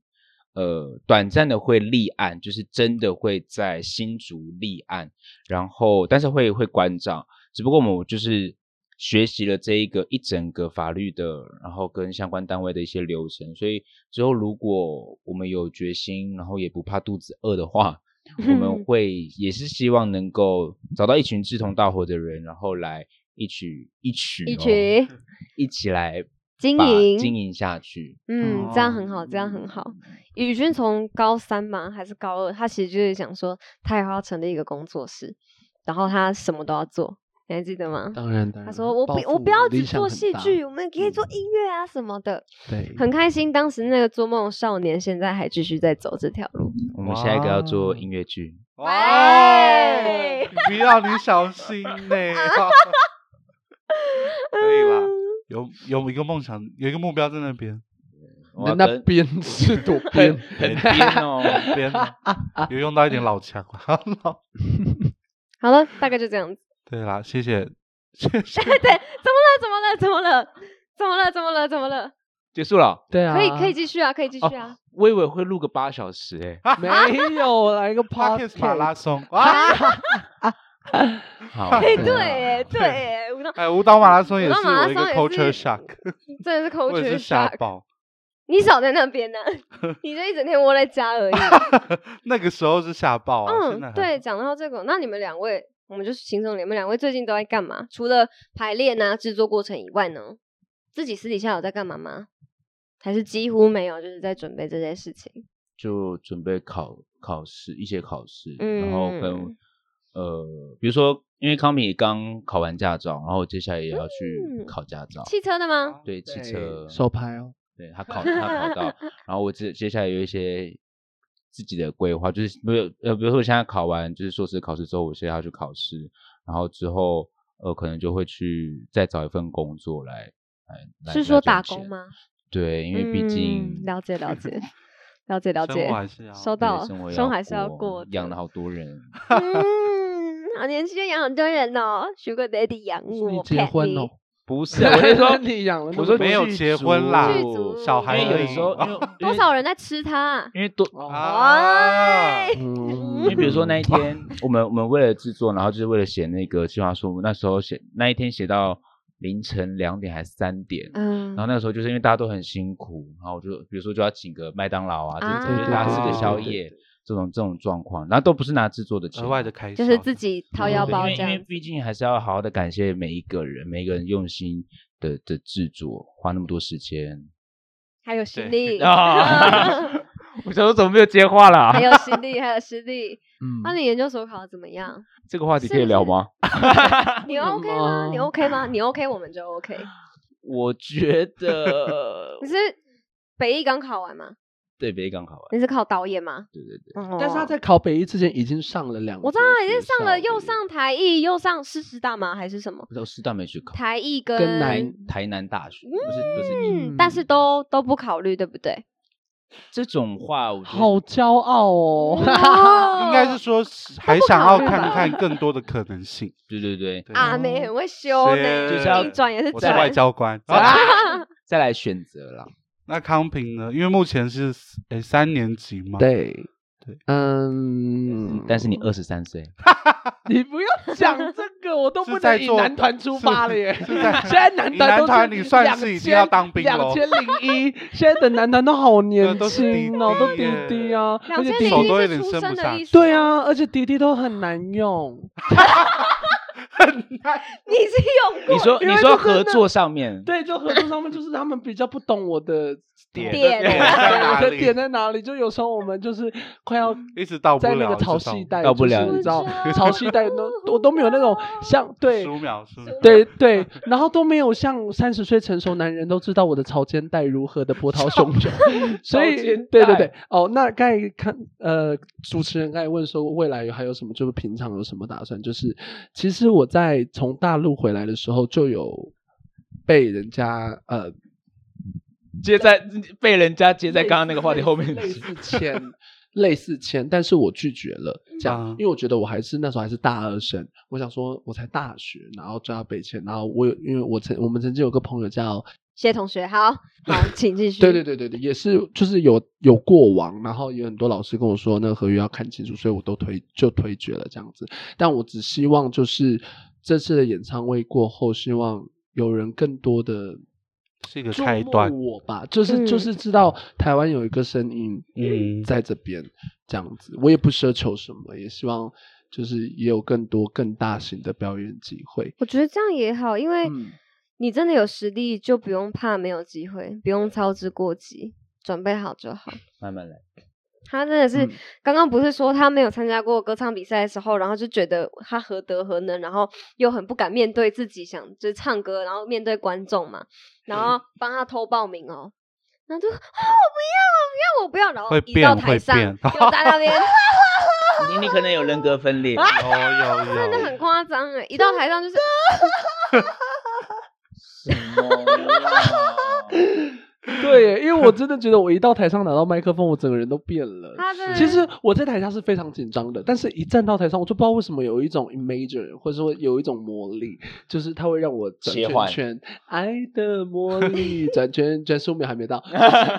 Speaker 3: 呃短暂的会立案，就是真的会在新竹立案，然后但是会会关照。只不过我们就是学习了这一个一整个法律的，然后跟相关单位的一些流程，所以之后如果我们有决心，然后也不怕肚子饿的话，我
Speaker 1: 嗯
Speaker 3: 们会也是希望能够找到一群志同道合的人，然后来一起一起
Speaker 1: 一
Speaker 3: 哦 (laughs)
Speaker 1: 起
Speaker 3: 一起来
Speaker 1: 经
Speaker 3: 把
Speaker 1: 营
Speaker 3: 经营下去。
Speaker 1: 嗯，这样很好，这样很好。宇君从高三嘛还是高二，他其实就是想说，他以后要成立一个工作室，然后他什么都要做，你还记得吗？
Speaker 4: 当然，当
Speaker 1: 他
Speaker 4: 然，
Speaker 1: 说：“我不
Speaker 4: 抱，负
Speaker 1: 我不要只
Speaker 4: 理想
Speaker 1: 做
Speaker 4: 很
Speaker 1: 戏
Speaker 4: 大
Speaker 1: 剧，，我们可以做
Speaker 4: 嗯
Speaker 1: 音乐啊什么的。”
Speaker 4: 对，
Speaker 1: 很开心，当时那个做梦少年现在还继续在走这条路。
Speaker 3: 我们下一个要做
Speaker 2: 哇
Speaker 3: 音乐剧，
Speaker 1: 喂 (laughs)
Speaker 2: 哦，不要你小心呢、可以啦，有有一个梦想，有一个目标在那边，
Speaker 3: 我要
Speaker 4: 那那
Speaker 3: 跟
Speaker 4: 边是多
Speaker 3: (laughs)
Speaker 4: 边，
Speaker 3: 很编哦。
Speaker 2: 那边有用到一点老强了。 (laughs)
Speaker 1: 好了，大概就这样子。 (laughs)
Speaker 2: 对啦，谢谢，谢谢。
Speaker 1: 那怎么了？怎么了？怎么了？怎么了？怎么了？
Speaker 3: 结束了，
Speaker 4: 对啊，
Speaker 1: 可以，可以继续啊，可以继续
Speaker 2: 哦
Speaker 1: 啊。
Speaker 3: 我以为会录个八小时欸诶、
Speaker 4: (laughs) 没有
Speaker 2: (laughs)
Speaker 4: 来个
Speaker 2: Parkes
Speaker 4: podcast
Speaker 2: 马拉松啊，
Speaker 3: 好，
Speaker 1: 哎、(laughs)
Speaker 4: 对
Speaker 1: 对，
Speaker 2: (laughs)
Speaker 1: 哎，对，哎，我那
Speaker 2: 哎，舞蹈马拉松也
Speaker 1: 舞蹈
Speaker 2: 是
Speaker 1: 马拉
Speaker 2: 我一个
Speaker 1: 松也
Speaker 2: culture
Speaker 1: 是
Speaker 2: shock，
Speaker 1: 真的是
Speaker 2: 我
Speaker 1: culture shock
Speaker 2: 也是吓爆。
Speaker 1: 你少在那
Speaker 2: (laughs)
Speaker 1: 边呢、你就一整天窝在家而已。
Speaker 2: 哦那个时候是吓爆啊，现在
Speaker 1: 嗯，
Speaker 2: 还
Speaker 1: 对，讲到这个，那你们两位，我们就是轻松点，你们两位最近都在干嘛？除了排练啊、制作过程以外呢，自己私底下有在干嘛吗？还是几乎没有，就是在准备这些事情。
Speaker 3: 就准备考考试一些考试，
Speaker 1: 嗯
Speaker 3: 然后跟呃，比如说，因为康米刚考完驾照，然后接下来也要去
Speaker 1: 嗯
Speaker 3: 考驾照，
Speaker 1: 汽车的吗？
Speaker 3: 对汽车
Speaker 4: 手牌哦，
Speaker 1: (laughs)
Speaker 3: 对他考他考到，然后我接接下来有一些自己的规划，就是没有呃，比如说我现在考完就是硕士考试之后，我现在要去考试，然后之后呃可能就会去再找一份工作来来来
Speaker 1: 是说
Speaker 3: 来赚
Speaker 1: 打工
Speaker 3: 钱？
Speaker 1: 吗？
Speaker 3: 对，因为毕
Speaker 1: 嗯
Speaker 3: 竟、
Speaker 1: 了解了
Speaker 3: (laughs)
Speaker 1: 解了解了
Speaker 2: 生
Speaker 1: 解
Speaker 2: 活，还是要
Speaker 1: 收
Speaker 2: 对
Speaker 1: 到
Speaker 3: 对生活
Speaker 1: 生活还是要过
Speaker 3: 过，养
Speaker 1: 的
Speaker 3: 了好多人， (laughs)
Speaker 1: 嗯，好年轻就养很多人哦，Sugar Daddy 养
Speaker 4: 是你
Speaker 1: 我，
Speaker 4: 结婚
Speaker 1: 哦
Speaker 4: 哦？，
Speaker 3: 不是啊
Speaker 4: (laughs)
Speaker 3: 我是
Speaker 2: (laughs)
Speaker 3: 说 (laughs)
Speaker 4: 你养了那
Speaker 3: 我
Speaker 4: 么
Speaker 3: 说
Speaker 4: 多，
Speaker 2: 没有
Speaker 3: 剧
Speaker 2: 结婚啦
Speaker 1: 剧
Speaker 3: 组
Speaker 1: 组
Speaker 2: 小
Speaker 3: 因
Speaker 2: 孩
Speaker 3: 为有
Speaker 2: 而
Speaker 3: 的
Speaker 2: 已 (laughs)
Speaker 3: 时候啊因为因
Speaker 1: 多
Speaker 3: 为
Speaker 1: 少人在吃它啊？
Speaker 3: 因为多
Speaker 4: 哦，
Speaker 2: 啊
Speaker 1: 哎
Speaker 4: 嗯
Speaker 3: 因为比如说那一天，我们我们为了制作，然后就是为了写那个计划书，我们那时候写那一天写到凌晨两点还三点，
Speaker 1: 嗯
Speaker 3: (laughs) 然后那个时候就是因为大家都很辛苦，然后我就比如说就要请个麦当劳啊，
Speaker 1: 啊
Speaker 3: 就是大家吃个宵
Speaker 4: 对对对
Speaker 3: 夜这种这种状况，然后都不是拿制作的钱，
Speaker 2: 额外的开销，
Speaker 1: 哎就是自己掏腰
Speaker 3: 对
Speaker 1: 包
Speaker 3: 因
Speaker 1: 这
Speaker 3: 为因为
Speaker 1: 样。
Speaker 3: 毕竟还是要好好的感谢每一个人，每一个人用心的的制作，花那么多时间
Speaker 1: 还有实
Speaker 2: 对
Speaker 1: 力，(laughs)
Speaker 3: (laughs) 啊。 (laughs) 我想说怎么没有接话啦
Speaker 1: 还？有实力，还有实
Speaker 3: (laughs)
Speaker 1: 力。
Speaker 3: 嗯
Speaker 1: 那、，
Speaker 4: 哦
Speaker 1: 你研究所考的怎么
Speaker 3: (laughs)
Speaker 1: 样？
Speaker 3: 这个话题可
Speaker 1: 是
Speaker 3: 以
Speaker 1: 不
Speaker 3: 聊
Speaker 1: 是
Speaker 3: 吗？
Speaker 1: 你 OK 吗？你 OK 吗？你 OK，我们就 OK。
Speaker 3: (laughs) 我觉得
Speaker 1: 你是北艺刚考完吗？
Speaker 3: 对北港好玩，
Speaker 1: 你是考导演吗？
Speaker 3: 对对对，
Speaker 4: 但
Speaker 1: 但
Speaker 4: 是他在考北一之前已经上了两，
Speaker 1: 我知道已经上了，又上台艺，又上师师大吗？还是什么？
Speaker 3: 我到师大没去考，
Speaker 1: 台艺跟嗯
Speaker 4: 跟南
Speaker 3: 台南大学不是不是一
Speaker 1: 嗯，但是都都不考虑，对不对？
Speaker 3: 这种话，我觉得
Speaker 4: 好骄傲哦。
Speaker 1: 哦
Speaker 2: 应该是说是还想要看看更多的可
Speaker 1: (laughs)
Speaker 2: 能性。
Speaker 3: 对对对，
Speaker 2: 对
Speaker 1: 阿妹很会修呢，
Speaker 2: 嗯是
Speaker 3: 就是要
Speaker 1: 硬转也是
Speaker 2: 我是
Speaker 1: 转
Speaker 2: 外
Speaker 1: (laughs)
Speaker 2: 交官。
Speaker 3: 啊
Speaker 2: 啊
Speaker 3: 再来选择啦。
Speaker 2: 那康平呢？因为目前是诶三年级嘛，，
Speaker 4: 对
Speaker 2: 对，
Speaker 4: 嗯，
Speaker 3: 但是你二十三岁，
Speaker 4: 你不要讲这个，我都
Speaker 2: 是
Speaker 4: 不
Speaker 2: 在
Speaker 4: 能以
Speaker 2: 做
Speaker 4: 男团出
Speaker 2: 是
Speaker 4: 发了耶。
Speaker 2: 是在
Speaker 4: (laughs) 现在男
Speaker 2: 以
Speaker 4: 团
Speaker 2: 男
Speaker 4: 都
Speaker 2: 团你算是已经要当兵
Speaker 4: 两
Speaker 2: 咯
Speaker 4: 千零一，现在的男团都好年
Speaker 2: 都是弟
Speaker 4: 轻哦，都
Speaker 2: 弟
Speaker 4: 弟
Speaker 2: 耶
Speaker 4: 弟啊，而
Speaker 1: 两
Speaker 4: 且
Speaker 1: 千
Speaker 4: 弟
Speaker 2: 手
Speaker 1: 零
Speaker 4: 弟
Speaker 2: 都有
Speaker 1: 一
Speaker 2: 点
Speaker 1: 是出
Speaker 2: 伸不
Speaker 1: 生的
Speaker 2: 上
Speaker 1: 意思。
Speaker 4: 对，啊，而且弟弟都很难用。
Speaker 1: 你是用过
Speaker 3: 你说
Speaker 4: 因
Speaker 3: 你
Speaker 4: 为
Speaker 3: 说
Speaker 4: 这真
Speaker 3: 合
Speaker 4: 的
Speaker 3: 作上面，
Speaker 4: (laughs) 对，就合作上面就是他们比较不懂我的
Speaker 2: 点
Speaker 4: 我的
Speaker 1: 点
Speaker 2: (laughs)
Speaker 4: 对
Speaker 2: 在哪
Speaker 4: 我的
Speaker 2: 里
Speaker 4: 点在哪里？就有时候我们就是快要
Speaker 2: 一直到不
Speaker 4: 在
Speaker 2: 了
Speaker 4: 那个
Speaker 2: 一直
Speaker 4: 潮
Speaker 2: 到
Speaker 4: 汐带，
Speaker 3: 到不了
Speaker 4: 就是你知道
Speaker 1: 我知道
Speaker 4: 潮汐带都我都没有那种像对
Speaker 2: 十五秒，十五
Speaker 3: (laughs)
Speaker 2: 秒
Speaker 4: 对对，然后都没有像三十岁成熟男人都知道我的潮肩带如何的波涛汹
Speaker 3: (laughs)
Speaker 4: 涌，所以
Speaker 3: 潮肩
Speaker 4: 对
Speaker 3: 带
Speaker 4: 对对，哦，那刚才看呃，主持人刚才问说未来有还有什么，就是平常有什么打算？就是其实我在从大陆回来的时候就有被人家呃
Speaker 3: 接在被人家接在刚刚那个话题后面
Speaker 4: 类似签，类似签，但是我拒绝了，这样，
Speaker 2: 嗯
Speaker 4: 因为我觉得我还是那时候还是大二生，我想说我才大学，然后就要被签，然后我有，因为我曾我们曾经有个朋友叫，
Speaker 1: 谢同学，好好，请继续。
Speaker 4: 对对对对对，也是就是有有过往，然后有很多老师跟我说那个合约要看清楚，所以我都推就推决了这样子，但我只希望就是这次的演唱会过后，希望有人更多的。
Speaker 2: 是一个
Speaker 4: 注
Speaker 2: 开端
Speaker 4: 目。我吧，就是就是知道台湾有一个声音，
Speaker 2: 嗯
Speaker 4: 嗯，在这边这样子，我也不奢求什么，也希望就是也有更多更大型的表演机会。
Speaker 1: 我觉得这样也好，因为
Speaker 4: 嗯
Speaker 1: 你真的有实力，就不用怕没有机会，不用操之过急，准备好就好。(laughs)
Speaker 3: 慢慢来。
Speaker 1: 他真的是、
Speaker 4: 嗯
Speaker 1: 刚刚不是说他没有参加过歌唱比赛的时候，然后就觉得他何德何能，然后又很不敢面对自己想就是唱歌，然后面对观众嘛，然
Speaker 4: 嗯
Speaker 1: 后帮他偷报名哦，然后就啊 (gasps) 我不要我不要我不要，然后
Speaker 2: 会
Speaker 1: 移到
Speaker 2: 变
Speaker 1: 台
Speaker 2: 会
Speaker 1: 上
Speaker 2: 变
Speaker 1: 又在那边
Speaker 3: 你你可能有人格
Speaker 1: (laughs)
Speaker 3: 分裂，
Speaker 2: 有哦 (laughs) 有
Speaker 1: 真
Speaker 2: 有，
Speaker 1: 的很夸张哎，一到台上就是
Speaker 3: 什
Speaker 4: (laughs)
Speaker 3: 么呀
Speaker 4: 对耶，因为我真的觉得我一到台上拿到麦克风，我整个人都变了。
Speaker 1: 他真的
Speaker 4: 其实我在台下是非常紧张的，但是一站到台上，我就不知道为什么有一种 imager，或者说有一种魔力，就是它会让我转
Speaker 3: 切
Speaker 4: 圈
Speaker 3: 换
Speaker 4: 圈，爱的魔力转圈 (laughs) 圈，十五秒还没
Speaker 3: (laughs)
Speaker 4: 到，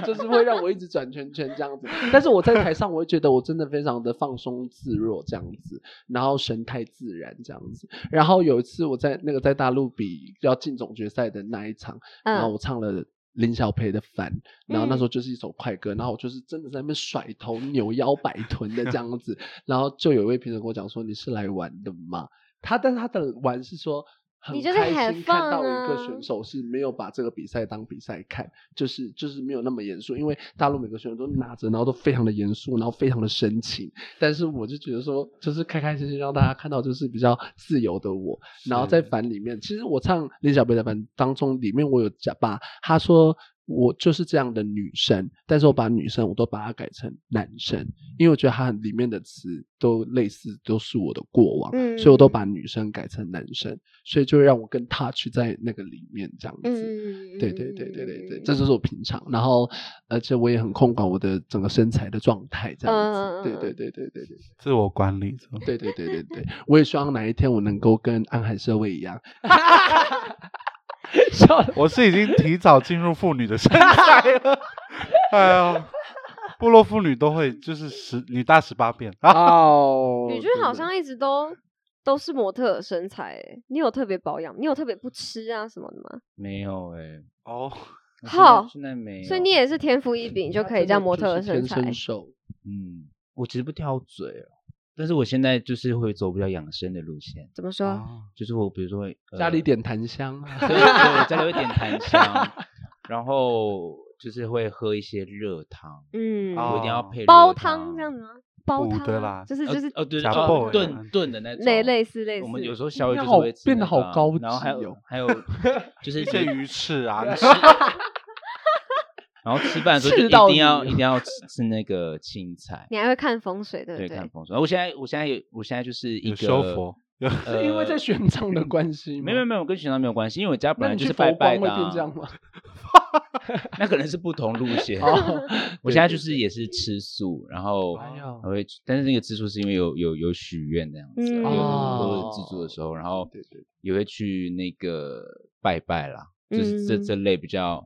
Speaker 4: 就是会让我一直转圈圈这样子。但是我在台上，我会觉得我真的非常的放松自若这样子，然后神态自然这样子。然后有一次我在那个在大陆比要进总决赛的那一场，然
Speaker 1: 嗯
Speaker 4: 后啊我唱了林小培的《烦》，然后那
Speaker 1: 嗯
Speaker 4: 时候就是一首快歌，然后我就是真的在那边甩头扭腰摆臀的这样子，然后就有一位评审跟我讲说：“你是来玩的吗？”他但是他的玩是说。很
Speaker 1: 你就是
Speaker 4: 开
Speaker 1: 很
Speaker 4: 心看
Speaker 1: 放
Speaker 4: 到一个
Speaker 1: 啊
Speaker 4: 选手是没有把这个比赛当比赛看，就是就是没有那么严肃，因为大陆每个选手都拿着，然后都非常的严肃，然后非常的深情，但是我就觉得说，就是开开心心让大家看到就是比较自由的我，然后在
Speaker 2: 是
Speaker 4: 反里面，其实我唱林小贝的反当中里面，我有讲把他说我就是这样的女生，但是我把女生我都把它改成男生，因为我觉得它里面的词都类似，都是我的过往，
Speaker 1: 嗯
Speaker 4: 所以我都把女生改成男生，所以就让我更 touch 在那个里面这样子。
Speaker 1: 嗯，
Speaker 4: 对对对对对对，这就是我平常，然后而且我也很控管我的整个身材的状态，这样子。对
Speaker 1: 嗯嗯嗯
Speaker 4: 对对对对对
Speaker 2: 自我管理。这种
Speaker 4: 对对对对对，我也希望哪一天我能够跟安海社会一样，笑得
Speaker 2: 我是已经提早进入妇女的身材 (laughs) 了。哎呀，部落妇女都会就是十女大十八变啊！
Speaker 4: 哦，
Speaker 1: 宇君
Speaker 4: 真
Speaker 1: 好
Speaker 4: 的
Speaker 1: 像一直都都是模特儿身材欸，你有特别保养，你有特别不吃啊什么的吗？
Speaker 3: 没有哎，
Speaker 2: 哦，
Speaker 3: 我现在
Speaker 1: 好
Speaker 3: 现在没有，
Speaker 1: 所以你也是天赋异禀，就
Speaker 4: 他
Speaker 1: 可以
Speaker 4: 嗯真
Speaker 1: 这样
Speaker 4: 的
Speaker 1: 模
Speaker 4: 就
Speaker 1: 特儿
Speaker 4: 是
Speaker 1: 身
Speaker 4: 天
Speaker 1: 材
Speaker 4: 生。瘦，
Speaker 3: 嗯，我其实不挑嘴哦，但是我现在就是会走比较养生的路线，
Speaker 1: 怎么
Speaker 2: 哦
Speaker 1: 说？
Speaker 3: 就是我比如说、呃、
Speaker 4: 家里点檀香啊，
Speaker 3: (laughs) 对，对，家里会点檀
Speaker 4: (laughs)
Speaker 3: 香，然后就是会喝一些热汤，
Speaker 1: 嗯，
Speaker 2: 哦
Speaker 3: 我一定要配热
Speaker 1: 煲汤这样子吗？煲
Speaker 2: 补
Speaker 1: 汤
Speaker 2: 的
Speaker 1: 啊
Speaker 2: 啦
Speaker 1: 就是
Speaker 3: 呃
Speaker 1: 就是
Speaker 3: 哦对，
Speaker 2: 假
Speaker 3: 哦
Speaker 2: 爆
Speaker 3: 炖炖的那种，
Speaker 1: 类类似类似。
Speaker 3: 我们有时候宵夜
Speaker 4: 那
Speaker 3: 就是
Speaker 4: 好
Speaker 3: 会吃
Speaker 4: 变得
Speaker 3: 那
Speaker 4: 好
Speaker 3: 个啊
Speaker 4: 高
Speaker 3: 然后还
Speaker 4: 级
Speaker 3: 有
Speaker 4: 哦 (laughs)
Speaker 3: 还有就
Speaker 2: 一
Speaker 3: 是你
Speaker 2: 些鱼翅啊，
Speaker 3: 然后吃饭的时候就
Speaker 4: 吃到
Speaker 3: 一定要
Speaker 4: 你哦
Speaker 3: 一定
Speaker 4: (laughs)
Speaker 3: 要吃吃那个青菜，
Speaker 1: 你还会看风水，对不
Speaker 3: 对，
Speaker 1: 对
Speaker 3: 看？风水。我现在我现在有我现在就是一
Speaker 2: 有
Speaker 3: 个呃
Speaker 2: 修佛，有
Speaker 4: 是 (laughs) 因为在玄奘的关系吗，
Speaker 3: 没有没有，跟学长没有关系，因为我家本
Speaker 4: 那
Speaker 3: 来
Speaker 4: 你
Speaker 3: 就
Speaker 4: 去
Speaker 3: 是
Speaker 4: 佛
Speaker 3: 拜拜
Speaker 4: 光会
Speaker 3: 的、啊
Speaker 4: 变这，样吗？
Speaker 3: 那可能是不同路线。(laughs)
Speaker 4: (laughs) 哦，
Speaker 3: 我
Speaker 4: 对
Speaker 3: 现在
Speaker 4: 对
Speaker 3: 就是也是吃素，然后
Speaker 4: 哎呦
Speaker 3: 还会，但是那个吃素是因为有有有许愿这样子啊，
Speaker 1: 嗯
Speaker 3: 有
Speaker 4: 哦
Speaker 3: 有自助的时候，然后
Speaker 4: 对对对
Speaker 3: 也会去那个拜拜啦，就是这
Speaker 1: 嗯
Speaker 3: 这类比较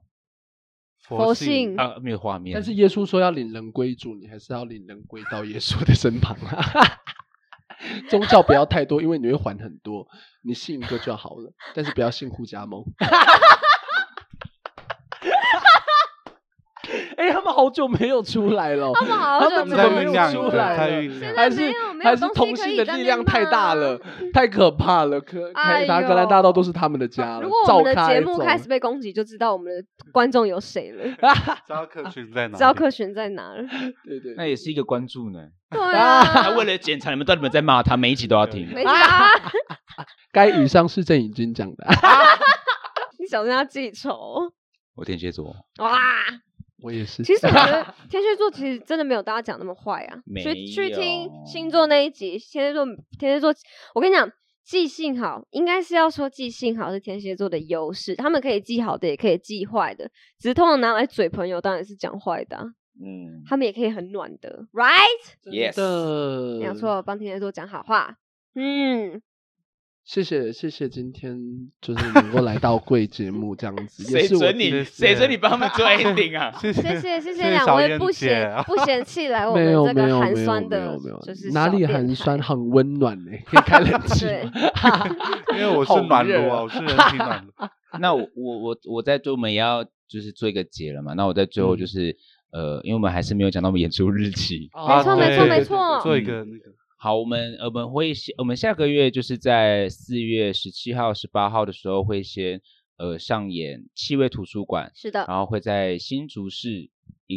Speaker 1: 佛
Speaker 2: 佛
Speaker 1: 性
Speaker 2: 性
Speaker 3: 啊没有画面，
Speaker 4: 但是耶稣说要领人归主，你还是要领人归到耶稣的身旁啊。 (laughs) 宗教不要太多，因为你会还很多。你信一个就好了，但是不要信互加盟。 (laughs) 哎、他们好久没有出来了，
Speaker 1: 他们好
Speaker 4: 他
Speaker 1: 久
Speaker 4: 们
Speaker 1: 没
Speaker 4: 怎
Speaker 2: 在
Speaker 4: 么
Speaker 1: 有
Speaker 2: 酝
Speaker 4: 又
Speaker 2: 酿
Speaker 4: 出
Speaker 2: 一个，
Speaker 4: 来
Speaker 2: 在
Speaker 4: 了
Speaker 2: 酝酿。
Speaker 1: 在
Speaker 4: 啊还
Speaker 1: 没
Speaker 4: 是
Speaker 1: 有没有
Speaker 4: 还是
Speaker 1: 东西
Speaker 4: 同
Speaker 1: 可
Speaker 4: 性
Speaker 1: 以
Speaker 4: 的
Speaker 1: 在那
Speaker 4: 力
Speaker 1: 啊
Speaker 4: 量太大
Speaker 1: 骂
Speaker 4: 了，太可怕
Speaker 1: (laughs)
Speaker 4: 了。可
Speaker 1: 哎
Speaker 4: 凯达格兰大道都是他们的家了。
Speaker 1: 如果我们
Speaker 4: 照
Speaker 1: 的
Speaker 4: 开
Speaker 1: 节目
Speaker 4: 走
Speaker 1: 开始被攻击，就知道我们的观众有谁了， (laughs)
Speaker 2: 知道客群在哪里？
Speaker 1: 知道客群在哪了。
Speaker 4: 对对
Speaker 3: 那也是一个关注 (laughs) 呢。
Speaker 1: 对啊
Speaker 3: 他，为了检查你们到底有没有在骂他，每一集都要听。 (laughs)
Speaker 1: 没啊，
Speaker 4: 该以上是郑颖君讲的， (laughs)
Speaker 1: 你小心要记仇
Speaker 3: 我天蝎座，
Speaker 1: 哇！
Speaker 4: 我也是。
Speaker 1: 其实我觉
Speaker 4: (laughs)
Speaker 1: 得天蝎座其实真的没有大家讲那么坏啊。
Speaker 3: 没
Speaker 1: 去去听
Speaker 3: 有
Speaker 1: 星座那一集，天蝎座天蝎座，我跟你讲，记性好应该是要说记性好是天蝎座的优势，他们可以记好的，也可以记坏的，只是通常拿来嘴朋友当然是讲坏的啊、
Speaker 3: (laughs) 嗯
Speaker 1: 他们也可以很暖的，right？
Speaker 3: ，yes，
Speaker 4: 的
Speaker 1: 没有错，帮天蝎座讲好话。嗯，
Speaker 4: 谢谢谢谢，今天就是能够来到贵节目这样子，也
Speaker 3: 谁
Speaker 4: 是我
Speaker 3: 准
Speaker 4: 自己
Speaker 2: 的
Speaker 3: 你谁
Speaker 2: 事
Speaker 3: 准你帮他们 (laughs) 做 ending 啊？
Speaker 2: 谢
Speaker 1: 谢谢谢谢两
Speaker 2: 小
Speaker 1: 位
Speaker 2: 燕
Speaker 1: 不
Speaker 2: 姐
Speaker 1: 嫌
Speaker 2: 啊，
Speaker 1: 不嫌弃来我
Speaker 4: 没
Speaker 1: 们
Speaker 4: 有
Speaker 1: 这
Speaker 4: 没
Speaker 1: 个
Speaker 4: 有
Speaker 1: 寒
Speaker 4: 没有
Speaker 1: 酸
Speaker 4: 没
Speaker 1: 的
Speaker 4: 有没有，，
Speaker 1: 就是
Speaker 4: 哪
Speaker 1: 小
Speaker 4: 里
Speaker 1: 电
Speaker 4: 寒
Speaker 1: 台
Speaker 4: 酸，很温暖呢、可以开冷气
Speaker 1: 对
Speaker 4: 吗。
Speaker 1: (laughs)
Speaker 2: 因为我是
Speaker 4: 好
Speaker 2: 暖
Speaker 4: 热
Speaker 2: 炉啊，
Speaker 4: 啊
Speaker 2: 我是人体暖炉。
Speaker 3: 那我我我我在最后我们也要就是做一个结了嘛。那我在最后
Speaker 4: 嗯
Speaker 3: 就是、呃，因为我们还是没有讲到我们演出日期。
Speaker 4: 哦
Speaker 1: 没错
Speaker 2: 啊
Speaker 1: 没错
Speaker 2: 对
Speaker 1: 没错，
Speaker 2: 做一个那个
Speaker 3: 好，我们呃我们会先我们下个月就是在四月十七号、十八号的时候会先呃上演气味图书馆，
Speaker 1: 是的，
Speaker 3: 然后会在新竹市影
Speaker 1: 呃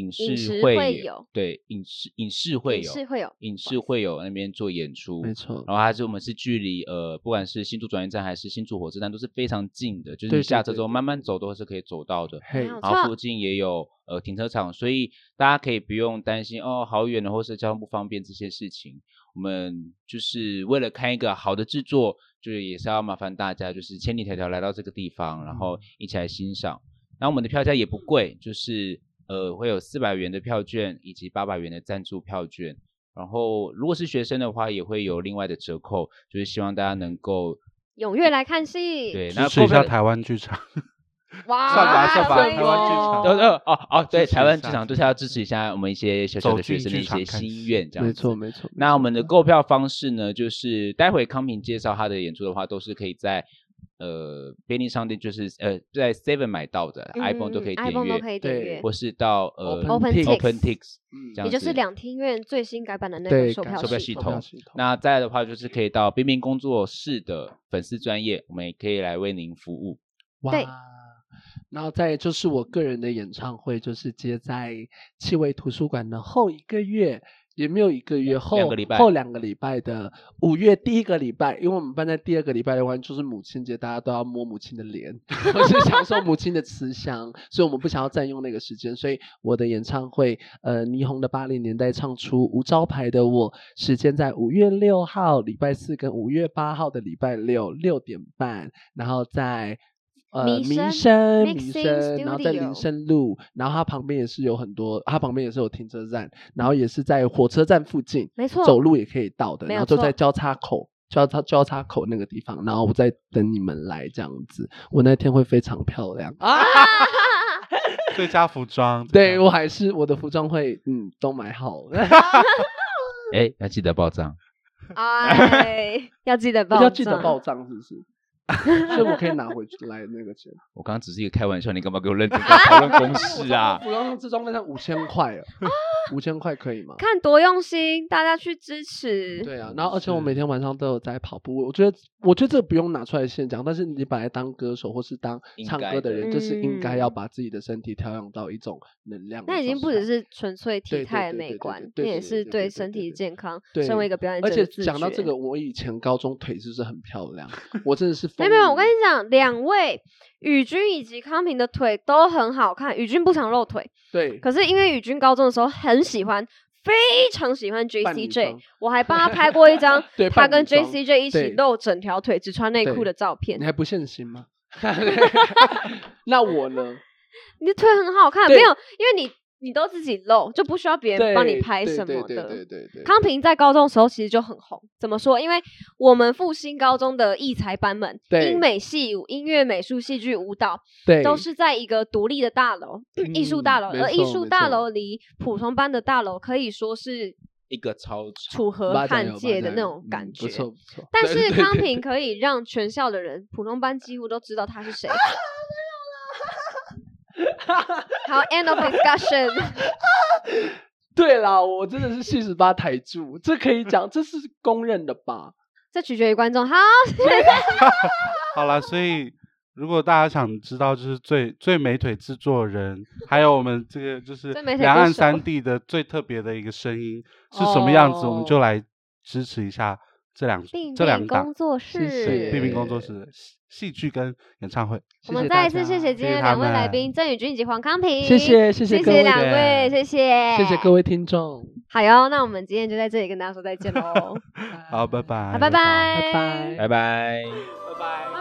Speaker 1: 饮
Speaker 3: 视
Speaker 1: 食
Speaker 3: 会
Speaker 1: 会
Speaker 3: 友
Speaker 1: 友
Speaker 3: 对影视影视会
Speaker 1: 影
Speaker 3: 友
Speaker 1: 视会友
Speaker 3: 影视会友那边做演出，
Speaker 4: 没错，
Speaker 3: 然后还是我们是距离呃，不管是新竹转运站还是新竹火车站都是非常近的，就是
Speaker 4: 对
Speaker 3: 你下
Speaker 4: 对
Speaker 3: 车
Speaker 4: 对
Speaker 3: 之后
Speaker 4: 对
Speaker 3: 慢慢走都是可以走到的。
Speaker 4: 嘿
Speaker 1: 没，有
Speaker 3: 然后
Speaker 1: 错
Speaker 3: 附近也有呃停车场，所以大家可以不用担心哦，好远的或是交通不方便这些事情。我们就是为了看一个好的制作，就是也是要麻烦大家，就是千里迢迢来到这个地方，然
Speaker 2: 嗯
Speaker 3: 后一起来欣赏。那我们的票价也不贵，就是呃会有四百元的票券以及八百元的赞助票券。然后如果是学生的话，也会有另外的折扣，就是希望大家能够
Speaker 1: 踊跃来看戏。
Speaker 3: 对，那
Speaker 2: 支持一下
Speaker 3: 购票
Speaker 2: 台湾剧 (laughs) 场，
Speaker 1: 哇，
Speaker 2: 算吧算吧
Speaker 1: 欢迎
Speaker 2: 台湾剧
Speaker 1: 哦
Speaker 2: 场
Speaker 3: 哦哦哦哦，对，
Speaker 2: 支持
Speaker 3: 台湾
Speaker 2: 一
Speaker 3: 剧
Speaker 2: 下
Speaker 3: 场就是要支持一下我们一些小小的学生的一些心愿，这样
Speaker 4: 没
Speaker 3: 子
Speaker 4: 错。没错。
Speaker 3: 那我们的购票方式呢，就是待会康平介绍他的演出的话，都是可以在呃便利商店，就是呃在 Seven 买到的
Speaker 1: 嗯
Speaker 3: ，iPhone 都可以点
Speaker 1: iPhone 都可
Speaker 3: 阅，
Speaker 1: 以点
Speaker 4: 对
Speaker 1: 阅
Speaker 3: 或，是到呃
Speaker 1: OpenTix
Speaker 3: OpenTix 这样
Speaker 1: 也就是
Speaker 3: 子
Speaker 1: 两厅院最新改版的那个
Speaker 4: 对
Speaker 1: 售票
Speaker 3: 售票系
Speaker 1: 系
Speaker 3: 统那再来的话，就是可以到冰冰工作室的粉丝专业，我们也可以来为您服务。
Speaker 4: 哇
Speaker 1: 对。
Speaker 4: 然后再就是我个人的演唱会，就是接在气味图书馆的后一个月，也没有一个月后，
Speaker 3: 两个礼拜
Speaker 4: 后两个礼拜的五月第一个礼拜，因为我们办在第二个礼拜的话，就是母亲节，大家都要摸母亲的脸， (laughs) 或是享受母亲的慈祥，所以我们不想要占用那个时间，所以我的演唱会，呃，霓虹的八零年代唱出无招牌的我，时间在五月六号礼拜四跟五月八号的礼拜六六点半，然后在。呃，
Speaker 1: 民
Speaker 4: 民
Speaker 1: 生
Speaker 4: 生，民
Speaker 1: Mixing
Speaker 4: 生，然后在民
Speaker 1: Studio
Speaker 4: 生路，然后它旁边也是有很多，它旁边也是有停车站，然后也是在火车站附近，
Speaker 1: 没错，
Speaker 4: 走路也可以到的，
Speaker 1: 没
Speaker 4: 然
Speaker 1: 有
Speaker 4: 后就
Speaker 1: 错
Speaker 4: 在交叉口。交叉交叉口那个地方，然后我再等你们来这样子。我那天会非常漂亮啊！
Speaker 2: 最佳服装， (laughs)
Speaker 4: 对我还是我的服装会，嗯，都买好了， (laughs)
Speaker 3: 哎，要记得报账。
Speaker 4: (laughs)
Speaker 1: 哎，要记得报账，
Speaker 4: 要记得报账，是不是？所以我可以拿回去来那个钱。
Speaker 3: 我刚刚只是一个开玩笑，你干嘛给我认真在讨论公式
Speaker 4: (laughs) 啊，
Speaker 3: 啊？
Speaker 4: 服装自装费上五千块哦，
Speaker 1: 啊
Speaker 4: 五千块可以吗？
Speaker 1: 看多用心，大家去支持。
Speaker 4: 对啊，然后而且我
Speaker 2: 是
Speaker 4: 每天晚上都有在跑步，我觉得我觉得这个不用拿出来现讲，但是你把它当歌手或是当
Speaker 3: 应
Speaker 4: 唱
Speaker 3: 该
Speaker 4: 歌的
Speaker 3: 的
Speaker 4: 人，就是应该要
Speaker 1: 嗯
Speaker 4: 把自己的身体调养到一种能量的状态。
Speaker 1: 那已经不只是纯粹
Speaker 4: 对
Speaker 1: 体
Speaker 4: 对
Speaker 1: 态
Speaker 4: 对对
Speaker 1: 美
Speaker 4: 对
Speaker 1: 观，
Speaker 4: 对
Speaker 1: 那
Speaker 4: 对
Speaker 1: 也
Speaker 4: 对
Speaker 1: 是
Speaker 4: 对
Speaker 1: 对
Speaker 4: 对
Speaker 1: 身
Speaker 4: 对
Speaker 1: 体
Speaker 4: 对
Speaker 1: 健康。
Speaker 4: 对
Speaker 1: 身为一个表演者，
Speaker 4: 而且讲到这个，，我以前高中腿就是很漂亮，我真的是
Speaker 1: (laughs) 没
Speaker 4: 风
Speaker 1: 有
Speaker 4: 靡。
Speaker 1: 没有，我跟你讲，两位宇君以及康平的腿都很好看。宇君不常露腿，
Speaker 4: 对
Speaker 1: 可是因为宇君高中的时候很喜欢，非常喜欢
Speaker 4: 半女
Speaker 1: JCJ，
Speaker 4: 装
Speaker 1: 我还帮他拍过一张
Speaker 4: (laughs) 对
Speaker 1: 他
Speaker 4: 半
Speaker 1: 跟
Speaker 4: 女装
Speaker 1: JCJ 一起
Speaker 4: 对
Speaker 1: 露整条腿只穿内裤
Speaker 4: 对
Speaker 1: 的照片
Speaker 4: 你。还不现
Speaker 1: (laughs)
Speaker 4: 行吗？ (laughs) 那我呢？
Speaker 1: 你的腿很好看，
Speaker 4: 对
Speaker 1: 没有，因为你你都自己露，就不需要别人
Speaker 4: 对，
Speaker 1: 帮你拍
Speaker 4: 对
Speaker 1: 什么
Speaker 4: 对对对
Speaker 1: 的。
Speaker 4: 对对，
Speaker 1: 康平在高中的时候其实就很红，怎么说？因为我们复兴高中的艺才班们，
Speaker 4: 对
Speaker 1: 英美系、音乐、美术、戏剧、舞蹈，
Speaker 4: 对嗯
Speaker 1: 都是在一个独立的大楼，艺术大楼。呃
Speaker 4: 没
Speaker 1: 而艺
Speaker 4: 错
Speaker 1: 术
Speaker 4: 没
Speaker 1: 大
Speaker 4: 错
Speaker 1: 楼离普通班的大楼可以说是
Speaker 3: 一个超长，
Speaker 1: 楚河
Speaker 4: 巴掌
Speaker 1: 汉
Speaker 4: 有巴
Speaker 1: 界的
Speaker 4: 掌
Speaker 1: 那
Speaker 4: 有
Speaker 1: 种感
Speaker 4: 嗯
Speaker 1: 觉。
Speaker 4: 不错不错。
Speaker 1: 但
Speaker 4: 对
Speaker 1: 是
Speaker 4: 对
Speaker 1: 康
Speaker 4: 对
Speaker 1: 平可以让全校的人，普通班几乎都知道他是谁。 (laughs) 好，end of discussion。 (laughs)
Speaker 4: 对啦，我真的是四十八台柱，这
Speaker 1: (laughs)
Speaker 4: 可以讲，这是公认的吧？
Speaker 1: 这取决于观众。好，
Speaker 2: 好啦，所以如果大家想知道，就是最最美腿制作人，还有我们这个就是
Speaker 1: 最美腿
Speaker 2: 两
Speaker 1: 歌
Speaker 2: 岸
Speaker 1: 手
Speaker 2: 三地的最特别的一个声音是什么样子，我们就
Speaker 4: 哦
Speaker 2: 来支持一下这两
Speaker 1: 病
Speaker 2: 这两
Speaker 1: 变工
Speaker 2: 档
Speaker 1: 作
Speaker 4: 谢
Speaker 1: 室，
Speaker 4: 谢
Speaker 2: 毕
Speaker 4: 病
Speaker 2: 竟
Speaker 4: 变
Speaker 2: 工作室的戏戏剧跟演唱会。
Speaker 1: 我们再
Speaker 4: 谢谢大
Speaker 1: 一次
Speaker 4: 家
Speaker 1: 谢谢今
Speaker 2: 谢谢
Speaker 1: 天的
Speaker 2: 他
Speaker 1: 两位来
Speaker 2: 们
Speaker 1: 宾郑宇君以及黄康平，
Speaker 4: 谢谢谢
Speaker 1: 谢
Speaker 4: 各位，
Speaker 1: 两位，谢谢
Speaker 4: 谢谢各。位听众，
Speaker 1: 好哟，那我们今天就在这里
Speaker 4: (laughs)
Speaker 1: 跟大家说再见喽，
Speaker 2: 好，拜拜，
Speaker 1: 好，拜拜，
Speaker 4: 拜拜，
Speaker 3: 拜拜。
Speaker 4: 拜拜。